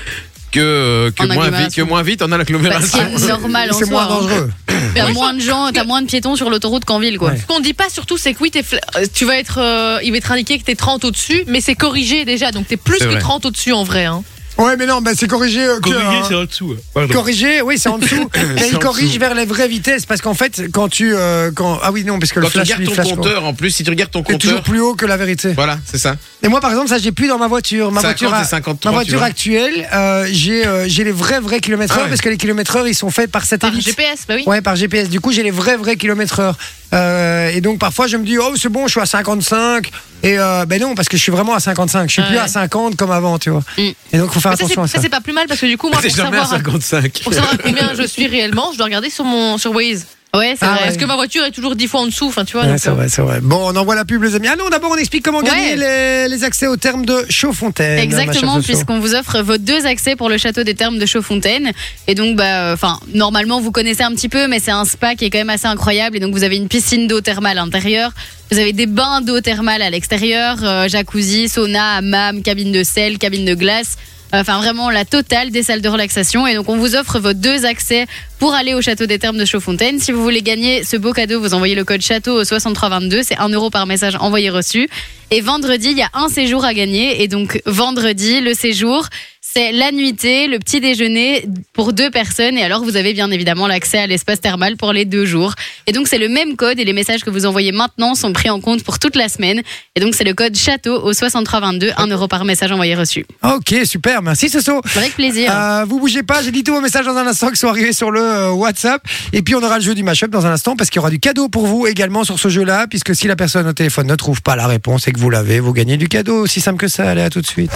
S5: que euh, que
S4: En
S5: moins vite, que
S4: agglomération. Bah,
S5: moins vite en
S4: Parce
S5: agglomération.
S4: qu'il y a normal en
S2: C'est moins
S4: soi. hein.
S2: dangereux.
S4: T'as moins de gens, t'as moins de piétons sur l'autoroute qu'en ville, quoi.
S2: Ouais.
S7: Ce qu'on dit pas surtout, c'est que oui, t'es fla- euh, tu vas être, euh, il va être indiqué que t'es 30 au-dessus, mais c'est corrigé déjà, donc t'es plus
S5: C'est
S7: que
S5: vrai.
S7: 30 au-dessus en vrai. hein.
S2: Ouais, mais non, bah, c'est corrigé. euh, que, hein.
S1: en dessous. Pardon.
S2: Corrigé, oui, c'est en
S5: (coughs)
S2: dessous. Mais
S5: C'est
S2: il
S5: en
S2: corrige
S5: dessous.
S2: vers les vraies vitesses parce qu'en fait, quand tu. euh, quand... Ah oui, non, parce que le
S5: Quand tu
S2: flash,
S5: regardes
S2: lui,
S5: ton
S2: flash, quoi.
S5: compteur en plus, si tu regardes ton
S2: C'est toujours
S5: compteur
S2: plus haut que la vérité.
S5: voilà, c'est ça.
S2: Et moi, par exemple, ça, j'ai plus dans ma voiture. Ma
S5: 50
S2: voiture, a-
S5: et 53,
S2: ma
S5: tu
S2: voiture
S5: vois.
S2: actuelle, euh, j'ai euh, j'ai les vrais, vrais kilomètres heure
S5: Ah ouais.
S2: parce que les kilomètres heure, ils sont faits par
S7: Par
S2: satellite.
S7: GPS, bah oui.
S2: Ouais, par GPS. Du coup, j'ai les vrais, vrais kilomètres heure. Euh, et donc, parfois, je me dis, oh, c'est bon, je suis à 55. Et euh, ben non, parce que je suis vraiment à 55. Je suis plus
S7: Ouais.
S2: à 50 comme avant, tu vois.
S4: Mm.
S2: Et donc, faut faire
S7: Mais ça, c'est-
S2: attention à
S7: ça,
S2: ça.
S7: c'est pas plus mal parce que du coup, moi,
S5: T'es
S7: pour
S5: jamais à
S7: savoir, à-
S5: 55.
S7: pour savoir à combien je suis réellement, je dois regarder sur mon sur Waze.
S4: Ouais, c'est
S2: Ah
S4: vrai.
S7: Parce que ma voiture est toujours 10 fois en dessous, enfin tu vois.
S2: Ouais,
S7: donc,
S2: c'est
S7: euh,
S2: vrai, c'est vrai. Bon, on envoie la pub, les amis. Ah non, d'abord, on explique comment gagner les, les accès au terme de Chaudfontaine. ma
S4: Exactement,
S2: chère Soso.
S4: puisqu'on vous offre vos deux accès pour le château des Thermes de Chaudfontaine. Et donc, bah, enfin, normalement, vous connaissez un petit peu, mais c'est un spa qui est quand même assez incroyable. Et donc, vous avez une piscine d'eau thermale à l'intérieur. Vous avez des bains d'eau thermale à l'extérieur, euh, jacuzzi, sauna, hammam, cabine de sel, cabine de glace. Euh, Enfin, vraiment la totale des salles de relaxation. Et donc, on vous offre vos deux accès pour aller au château des Thermes de Chaudfontaine. Si vous voulez gagner ce beau cadeau, vous envoyez le code château au 6322. C'est 1 euro par message envoyé reçu. Et vendredi, il y a un séjour à gagner. Et donc, vendredi, le séjour, C'est la nuitée, le petit déjeuner pour deux personnes. Et alors, vous avez bien évidemment l'accès à l'espace thermal pour les deux jours. Et donc, c'est le même code et les messages que vous envoyez maintenant sont pris en compte pour toute la semaine. Et donc, c'est le code château au 6322, 1 euro par message envoyé reçu.
S2: Ok, super, merci Soso.
S4: Avec plaisir.
S2: Euh, vous bougez pas, j'ai dit tous vos messages dans un instant qui sont arrivés sur le euh, WhatsApp. Et puis on aura le jeu du mashup dans un instant parce qu'il y aura du cadeau pour vous également sur ce jeu-là. Puisque si la personne au téléphone ne trouve pas la réponse et que vous l'avez, vous gagnez du cadeau. Aussi simple que ça, allez à tout de suite.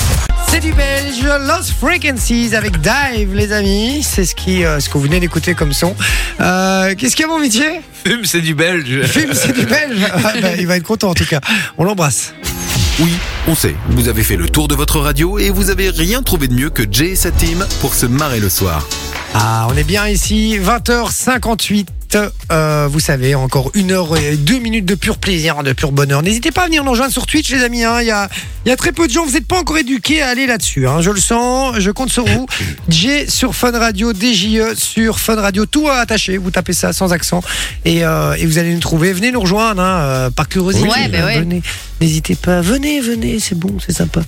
S2: C'est du belge Lost Frequencies avec Dive, les amis. C'est ce, qui, euh, ce que vous venez d'écouter comme son. Euh, Qu'est-ce qu'il y a, mon métier
S5: Fume, c'est du belge.
S2: Film, c'est du belge. (laughs) Ah, bah, il va être content en tout cas. On l'embrasse.
S8: Oui, on sait, vous avez fait le tour de votre radio et vous avez rien trouvé de mieux que Jay et sa team pour se marrer le soir.
S2: Ah, on est bien ici, 20h58. Euh, vous savez, encore une heure et deux minutes de pur plaisir, hein, de pur bonheur. N'hésitez pas à venir nous rejoindre sur Twitch, les amis. hein. Il y, a, il y a très peu de gens. Vous n'êtes pas encore éduqués à aller là-dessus. hein. Je le sens. Je compte sur vous. J sur Fun Radio, DJE sur Fun Radio. Tout attaché. Vous tapez ça sans accent et, euh, et vous allez nous trouver. Venez nous rejoindre hein, euh, par curiosité.
S4: Ouais, bah ouais.
S2: Venez. N'hésitez pas. Venez, venez. C'est bon, c'est sympa.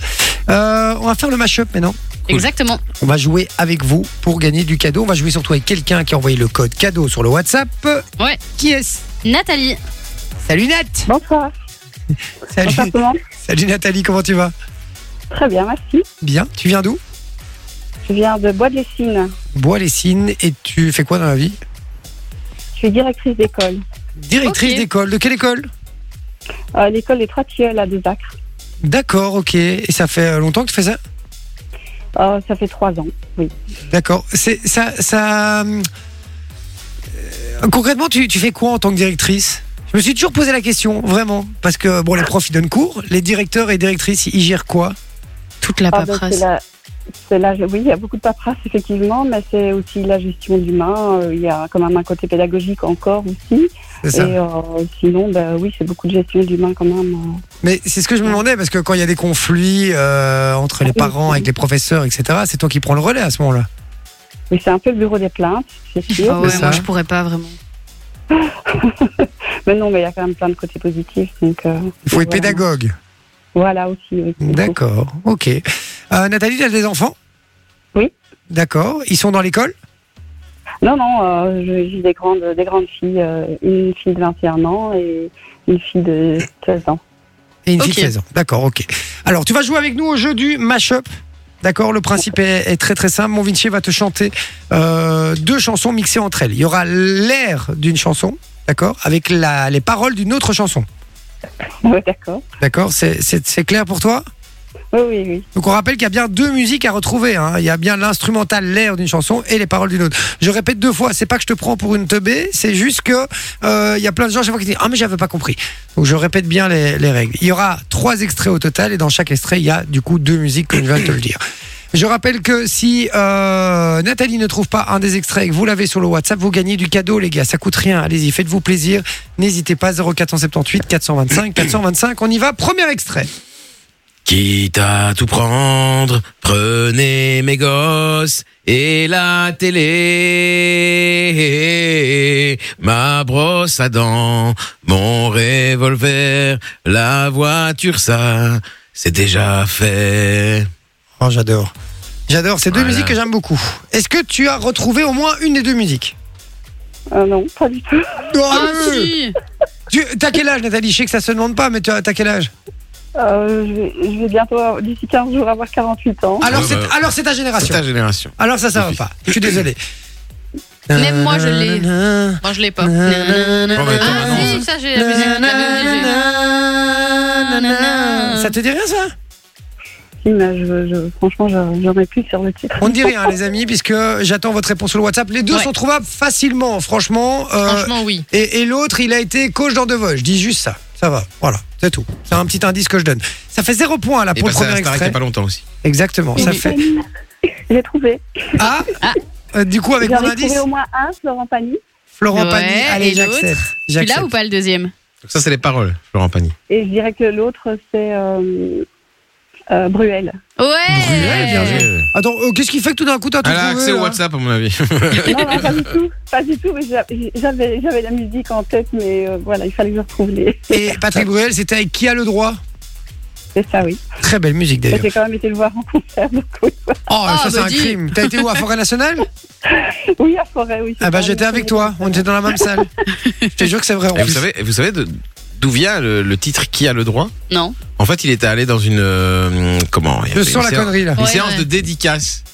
S2: Euh, on va faire le mashup maintenant.
S4: Exactement.
S2: On va jouer avec vous pour gagner du cadeau. On va jouer surtout avec quelqu'un qui a envoyé le code cadeau sur le WhatsApp.
S4: Ouais.
S2: Qui est-ce
S4: Nathalie.
S2: Salut Nat (laughs)
S9: Bonsoir.
S2: Salut.
S9: Bonsoir tout le monde.
S2: (laughs) Salut Nathalie, comment tu vas
S9: Très bien, merci.
S2: Bien. Tu viens d'où
S9: Je viens de Bois de Lessines.
S2: Bois les Cygnes et tu fais quoi dans la vie
S9: Je suis directrice d'école.
S2: Directrice
S4: Ok.
S2: d'école. De quelle école
S9: Euh, L'école des Trois Tilleuls à Désacre.
S2: D'accord, ok. Et ça fait longtemps que tu fais ça
S9: Euh, ça fait trois ans, oui.
S2: D'accord. C'est ça, ça. hum, euh, concrètement, tu, tu fais quoi en tant que directrice Je me suis toujours posé la question, vraiment, parce que bon, les profs ils donnent cours, les directeurs et directrices ils gèrent quoi
S4: Toute la
S9: Ah, ben, c'est
S4: paperasse.
S9: la- c'est la- oui, il y a beaucoup de paperasse, effectivement, mais c'est aussi la gestion d'humain. Euh, Il y a quand même un côté pédagogique encore aussi.
S2: C'est
S9: Et
S2: ça.
S9: euh, sinon, ben, oui, c'est beaucoup de gestion d'humain quand même. euh.
S2: Mais c'est ce que je me demandais parce que quand il y a des conflits euh, entre les parents avec les professeurs, etc., c'est toi qui prends le relais à ce moment-là.
S9: Mais c'est un peu le bureau des plaintes, c'est sûr.
S4: Ah ouais,
S2: ça.
S4: moi je pourrais pas vraiment.
S2: Ah.
S9: Mais non, mais il y a quand même plein de côtés positifs. Donc, euh,
S2: Il faut être
S9: voilà.
S2: pédagogue.
S9: Voilà aussi. oui, c'est tout.
S2: D'accord. Ok. Euh, Nathalie, tu as des enfants
S9: Oui.
S2: D'accord. Ils sont dans l'école
S9: Non, non, euh, je- j'ai des grandes, des grandes filles, euh, une fille de 21 ans et une fille de 16 ans. (laughs)
S2: Et une fille de
S4: Ok.
S2: 16 ans. D'accord, ok. Alors, tu vas jouer avec nous au jeu du mashup. D'accord, le principe est, est très très simple. Mon Vinci va te chanter euh, deux chansons mixées entre elles. Il y aura l'air d'une chanson, d'accord, avec la, les paroles d'une autre chanson.
S9: Ouais, D'accord.
S2: D'accord, c'est- c'est c'est clair pour toi
S9: Oui, oui, oui.
S2: Donc on rappelle qu'il y a bien deux musiques à retrouver. hein. Il y a bien l'instrumental, l'air d'une chanson et les paroles d'une autre. Je répète deux fois. C'est pas que je te prends pour une teubée, c'est juste que euh, il y a plein de gens chaque fois qui disent ah mais j'avais pas compris. Donc je répète bien les, les règles. Il y aura trois extraits au total et dans chaque extrait il y a du coup deux musiques comme je viens de te le dire. Je rappelle que si euh, Nathalie ne trouve pas un des extraits et que vous l'avez sur le WhatsApp, vous gagnez du cadeau, les gars. Ça coûte rien. Allez-y, faites-vous plaisir. N'hésitez pas. 0478 425 425. On y va. Premier extrait.
S5: Quitte à tout prendre, prenez mes gosses et la télé, ma brosse à dents, mon revolver, la voiture, ça, c'est déjà fait.
S2: Oh, j'adore. J'adore, c'est deux
S5: Voilà.
S2: musiques que j'aime beaucoup. Est-ce que tu as retrouvé au moins une des deux musiques
S9: Euh, non, pas du tout.
S4: Ah
S2: oui. euh,
S4: si
S2: Tu T'as quel âge, Nathalie Je sais que ça se demande pas, mais tu as- t'as quel âge
S9: Euh, je, vais, je vais bientôt, avoir- d'ici 15 jours, avoir 48 ans.
S2: Alors,
S5: Ouais,
S2: c'est
S5: bah,
S2: alors c'est ta génération.
S5: génération.
S2: Alors, ça, ça va pas. Je suis désolé.
S4: (laughs) Même moi, je l'ai.
S2: Nanana,
S4: Moi je l'ai pas.
S2: nanana,
S5: Oh, mais attends, bah,
S4: Ah
S5: maintenant,
S4: si, ça j'ai la musique. la musique, j'ai-
S2: nanana, nanana. Ça te dit rien, ça
S9: Si, mais je, je, franchement, je- j'en ai plus sur le titre.
S2: On ne dit rien, les amis, puisque j'attends votre réponse sur le WhatsApp. Les deux
S7: Ouais.
S2: sont trouvables facilement, franchement. euh,
S7: Franchement, oui.
S2: Et, et l'autre, il a été coach dans De Vos. Je dis juste ça. Ça va. Voilà. C'est tout. C'est un petit indice que je donne. Ça fait zéro point là
S5: Et
S2: Ah,
S5: ben,
S2: pour le
S5: passé à
S2: premier
S5: la Starac il y
S2: extrait.
S5: a pas longtemps aussi.
S2: Exactement. Ça
S9: (laughs)
S2: fait.
S9: J'ai trouvé.
S2: Ah, Euh, Du coup, avec
S9: J'en
S2: mon
S9: ai
S2: indice,
S9: trouvé au moins un, Florent Pagny,
S2: Florent
S4: Ouais,
S2: Pagny. Allez,
S4: et l'autre
S2: j'accepte.
S4: Tu
S2: J'accepte.
S4: l'as ou pas le deuxième
S5: Donc ça, c'est les paroles, Florent Pagny.
S9: et je dirais que l'autre, c'est euh, euh, Bruel.
S4: Ouais
S2: Bruel, bien joué. Attends, euh, qu'est-ce qui fait que tout d'un coup t'as tout
S5: Elle a
S2: trouvé
S5: accès au
S2: là
S5: WhatsApp, à mon avis.
S9: Non, non, pas du tout. Pas du tout, mais j'a- j'avais, j'avais la
S2: hein
S9: musique en tête, mais euh, voilà, il fallait que je retrouve les.
S2: Et Patrick Bruel, c'était avec qui a le droit
S9: c'est ça, oui.
S2: Très belle musique
S9: Mais
S2: d'ailleurs.
S9: J'ai quand même été le voir en concert, donc oui.
S2: Oh,
S7: Ah,
S2: ça c'est
S7: bah
S2: un
S7: dis.
S2: crime. T'as été où à Forêt Nationale
S9: Oui, à Forêt, oui. c'est
S2: Ah bah
S9: ça,
S2: j'étais
S9: oui.
S2: avec toi. On était dans la même salle. Je te jure que c'est vrai. en
S5: Et Eh, vous
S2: plus.
S5: savez, vous savez de- d'où vient le, le titre Qui a le droit
S4: Non.
S5: En fait, il était allé dans une euh, comment il y
S2: Je
S5: avait une
S2: sens la
S5: séance-
S2: connerie là.
S5: Une
S4: Ouais,
S5: séance
S4: ouais.
S5: de dédicace.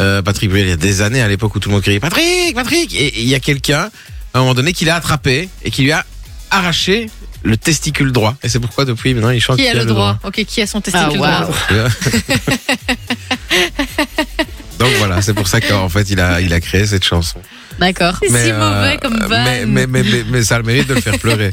S5: Euh, Patrick Bruel, il y a des années à l'époque où tout le monde criait Patrick, Patrick Et et il y a quelqu'un, à un moment donné, qui l'a attrapé et qui lui a arraché le testicule droit. Et c'est pourquoi depuis maintenant il chante
S7: Qui a le droit Ok, qui a son testicule
S4: Ah,
S7: droit
S4: waouh.
S5: Donc voilà, c'est pour ça qu'en fait il a, il a créé cette chanson.
S4: D'accord.
S7: C'est si
S5: euh,
S7: mauvais comme vanne.
S5: mais, mais, mais, mais- mais ça a le mérite de le faire pleurer.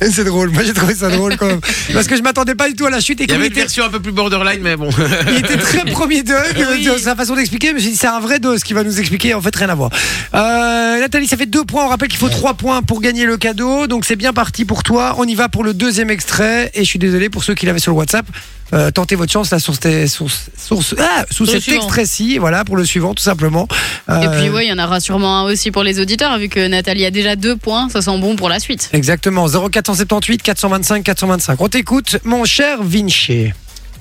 S2: Et C'est drôle. Moi j'ai trouvé ça drôle quand
S5: (laughs)
S2: même. Parce que je m'attendais pas du tout à la chute et
S5: Il y
S2: comme
S5: avait
S2: il
S5: une
S2: était,
S5: version un peu plus borderline, mais bon. (laughs)
S2: il était
S7: (laughs)
S2: très premier d'eux, que-
S7: Oui.
S2: dans sa façon d'expliquer, mais j'ai dit c'est un vrai dos qui va nous expliquer. En fait rien à voir. Euh, Nathalie, ça fait deux points. On rappelle qu'il faut trois points pour gagner le cadeau. Donc c'est bien parti pour toi. On y va pour le deuxième extrait. Et je suis désolé pour ceux qui l'avaient sur le WhatsApp. Euh, tentez votre chance là sur, ces- sur- sur ce- ah, sous
S7: Sur le
S2: cet
S7: suivant.
S2: extrait-ci, voilà pour le suivant tout simplement.
S4: Et
S2: Euh,
S4: puis, ouais, il y en aura sûrement un aussi pour les auditeurs, vu que Nathalie a déjà deux points. Ça sent bon pour la suite.
S2: Exactement, 0478 425 425. On t'écoute, mon cher Vinci.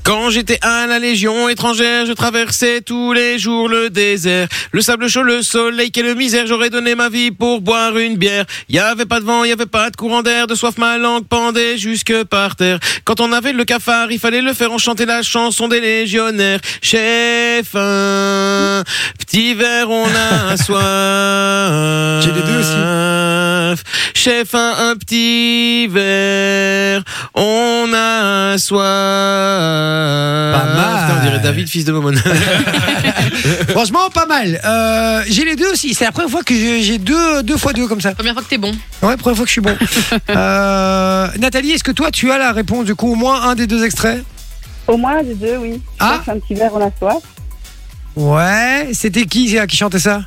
S5: Quand j'étais à la Légion étrangère, je traversais tous les jours le désert. Le sable chaud, le soleil, quelle misère, j'aurais donné ma vie pour boire une bière. Y avait pas de vent, y avait pas de courant d'air, de soif ma langue pendait jusque par terre. Quand on avait le cafard, il fallait le faire enchanter la chanson des légionnaires. Chef, un petit verre, on (laughs) a soif.
S2: J'ai les deux aussi.
S5: Chef, un, un petit verre, on a soif. Pas
S2: mal.
S5: on dirait David, fils de Momon.
S2: Franchement, pas mal. Euh, j'ai les deux aussi. C'est la première fois que j'ai j'ai deux, deux fois deux comme ça.
S7: Première fois que t'es bon.
S2: Ouais, première fois que je suis bon.
S5: (laughs)
S2: Euh, Nathalie, est-ce que toi, tu as la réponse du coup au moins un des deux extraits
S9: Au moins les deux, oui.
S2: Ah.
S9: Cherche Un petit verre, on a soif.
S2: Ouais. C'était qui ça, qui chantait ça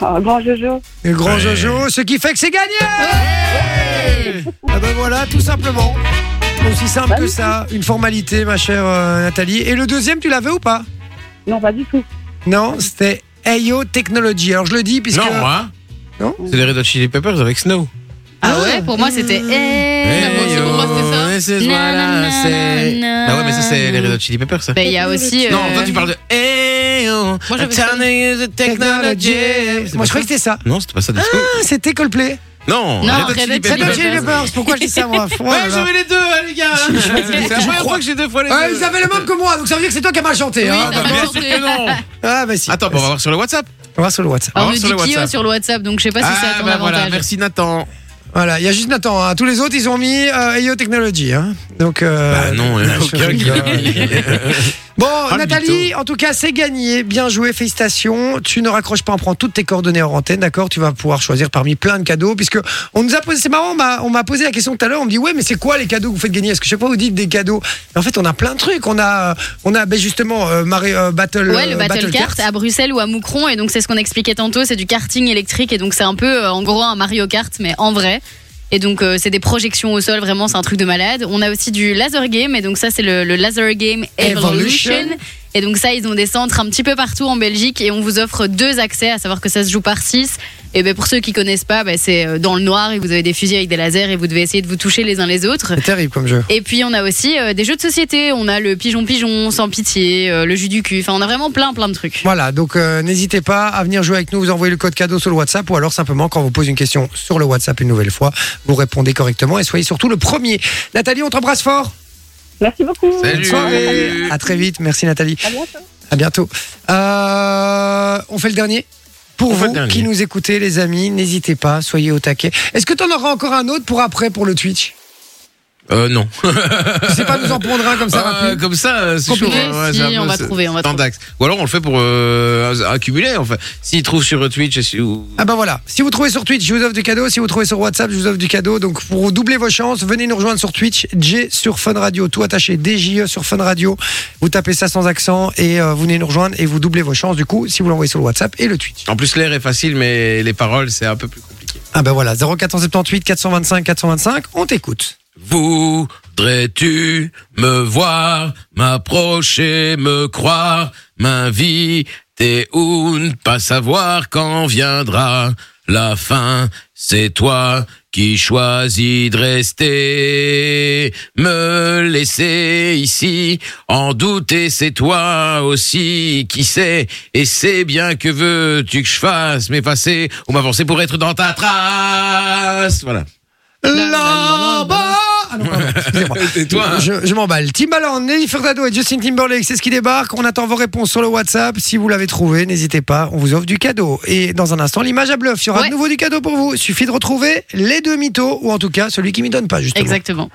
S9: Oh, grand Jojo.
S2: Le grand
S5: Ouais.
S2: Jojo, ce qui fait que c'est gagné Ah ben voilà, tout simplement. Aussi simple que ça, une formalité, ma chère euh, Nathalie. Et le deuxième, tu l'avais ou pas
S9: Non, pas du tout.
S2: Non, c'était AO Technology. Alors je le dis puisque.
S5: Non, hein. moi.
S2: Non
S5: C'est les Red Hot Chili Peppers avec Snow.
S4: Ah ouais, pour moi, c'était. Eh,
S7: moi aussi,
S5: yo,
S7: pour moi, c'était ça.
S5: this is
S4: Na,
S5: what
S4: na,
S5: I
S4: na,
S5: say.
S4: na.
S5: Ah ouais, mais ça, c'est les Red Hot Chili Peppers, ça.
S4: Ben, il y a aussi. euh,
S5: Non, toi, tu parles de. Hey, oh. yo,
S7: Moi, j'avais
S5: turning the technology. C'est
S2: Moi
S5: pas
S2: je croyais
S5: ça
S2: que c'était ça.
S5: Non, c'était pas ça, disco.
S2: Ah, c'était Coldplay.
S5: Non,
S4: Non,
S5: Red Hot Chili
S2: Red Hot Chili
S5: Peppers.
S2: Peppers. Pourquoi je dis ça
S5: (laughs)
S2: moi Oh là
S5: Ouais,
S2: là.
S5: j'avais les deux, hein, les gars. (laughs) C'est la première fois que j'ai deux fois les
S2: Ouais,
S5: deux.
S2: ils avaient le même que moi, donc ça veut dire que c'est toi qui as mal chanté.
S7: Oui,
S2: hein.
S4: bah,
S7: t'as mal
S5: bien
S7: chanté.
S5: sûr que non.
S2: Ah bah si.
S5: (laughs) Attends, bon, on va voir sur le WhatsApp.
S2: On va sur le WhatsApp.
S4: on
S5: Ah,
S4: nous
S5: sur
S4: dit
S5: le
S4: qui
S5: WhatsApp.
S4: euh, sur le WhatsApp, donc je sais pas si c'est à
S5: ah,
S4: ton
S5: bah voilà,
S4: avantage.
S5: merci Nathan.
S2: Voilà, il y a juste Nathan. hein. Tous les autres, ils ont mis euh, AO Technology. hein. Donc. euh,
S5: Bah
S2: (laughs)
S5: non, (laughs) il y en a
S2: je
S5: aucun qui
S2: rigole.
S5: l'a mis. (laughs)
S2: Bon,
S5: le
S2: Nathalie, en tout cas, c'est gagné. Bien joué, félicitations. Tu ne raccroches pas, on prend toutes tes coordonnées en antenne, d'accord Tu vas pouvoir choisir parmi plein de cadeaux, puisque on nous a posé, c'est marrant, on m'a- on m'a posé la question tout à l'heure, on me dit, ouais, mais c'est quoi les cadeaux que vous faites gagner Est-ce que chaque fois vous dites des cadeaux Mais En fait, on a plein de trucs. On a, euh, on a ben, justement euh, Maré- euh, Battle,
S4: Ouais,
S2: euh,
S4: le battle, kart, à Bruxelles ou à Moucron, et donc c'est ce qu'on expliquait tantôt, c'est du karting électrique, et donc c'est un peu euh, en gros un Mario Kart, mais en vrai. Et donc euh, c'est des projections au sol, vraiment c'est un truc de malade. On a aussi du laser game, et donc ça c'est le, le laser game Evolution.
S2: Evolution.
S4: Et donc ça, ils ont des centres un petit peu partout en Belgique, et on vous offre deux accès, à savoir que ça se joue par six. Et ben pour ceux qui connaissent pas, ben, c'est euh, dans le noir, et vous avez des fusils avec des lasers, et vous devez essayer de vous toucher les uns les autres.
S2: C'est terrible comme jeu.
S4: Et puis on a aussi euh, des jeux de société, on a le pigeon pigeon, sans pitié, euh, le jus du cul, enfin on a vraiment plein plein de trucs.
S2: Voilà, donc euh, n'hésitez pas à venir jouer avec nous, vous envoyez le code cadeau sur le WhatsApp ou alors simplement quand on vous pose une question sur le WhatsApp une nouvelle fois, vous répondez correctement et soyez surtout le premier. Nathalie, on t'embrasse fort.
S9: Merci beaucoup.
S5: Salut. Euh,
S2: soirée. À très vite, merci Nathalie.
S9: À bientôt.
S2: À bientôt. Euh, on fait le dernier pour
S5: On fait
S2: vous
S5: le dernier.
S2: qui nous écoutez, les amis, n'hésitez pas, soyez au taquet. Est-ce que t'en auras encore un autre pour après, pour le Twitch
S5: Euh, non.
S2: Tu sais pas nous en prendre un comme ça
S5: Ah,
S2: rapide
S5: comme ça, euh, c'est chaud.
S4: Compliqué,
S5: hein, ouais,
S4: si,
S5: c'est un peu-
S4: on va
S5: c'est-
S4: trouver, on va
S5: c'est un taxe. Ou alors on le fait pour euh, accumuler. Enfin, s'il trouve sur Twitch, et si- ou-
S2: Ah bah voilà, si vous trouvez sur Twitch, je vous offre du cadeau, si vous trouvez sur WhatsApp, je vous offre du cadeau. Donc pour doubler vos chances, venez nous rejoindre sur Twitch, J sur Fun Radio, tout attaché, DJE sur Fun Radio. Vous tapez ça sans accent et euh, vous venez nous rejoindre et vous doublez vos chances du coup si vous l'envoyez sur le WhatsApp et le Twitch.
S5: en plus l'air est facile, mais les paroles c'est un peu plus compliqué.
S2: Ah bah voilà, 0478 425 425, on t'écoute.
S5: Voudrais-tu me voir, m'approcher, me croire, m'inviter ou ne pas savoir quand viendra la fin C'est toi qui choisit de rester, me laisser ici, en douter c'est toi aussi, qui sait, et c'est bien que veux-tu que je fasse, m'effacer ou m'avancer pour être dans ta trace, voilà.
S2: Là-bas Ah non, pardon, excusez-moi.
S5: C'est toi, hein.
S2: Je, je m'emballe. Timbaland, Nelly Furtado et Justin Timberlake, c'est ce qui débarque. On attend vos réponses sur le WhatsApp. Si vous l'avez trouvé, n'hésitez pas, on vous offre du cadeau. Et dans un instant, l'image à bluff, il y aura
S4: Ouais.
S2: de nouveau du cadeau pour vous. Suffit de retrouver les deux mythos, ou en tout cas celui qui m'y donne pas, justement.
S4: Exactement.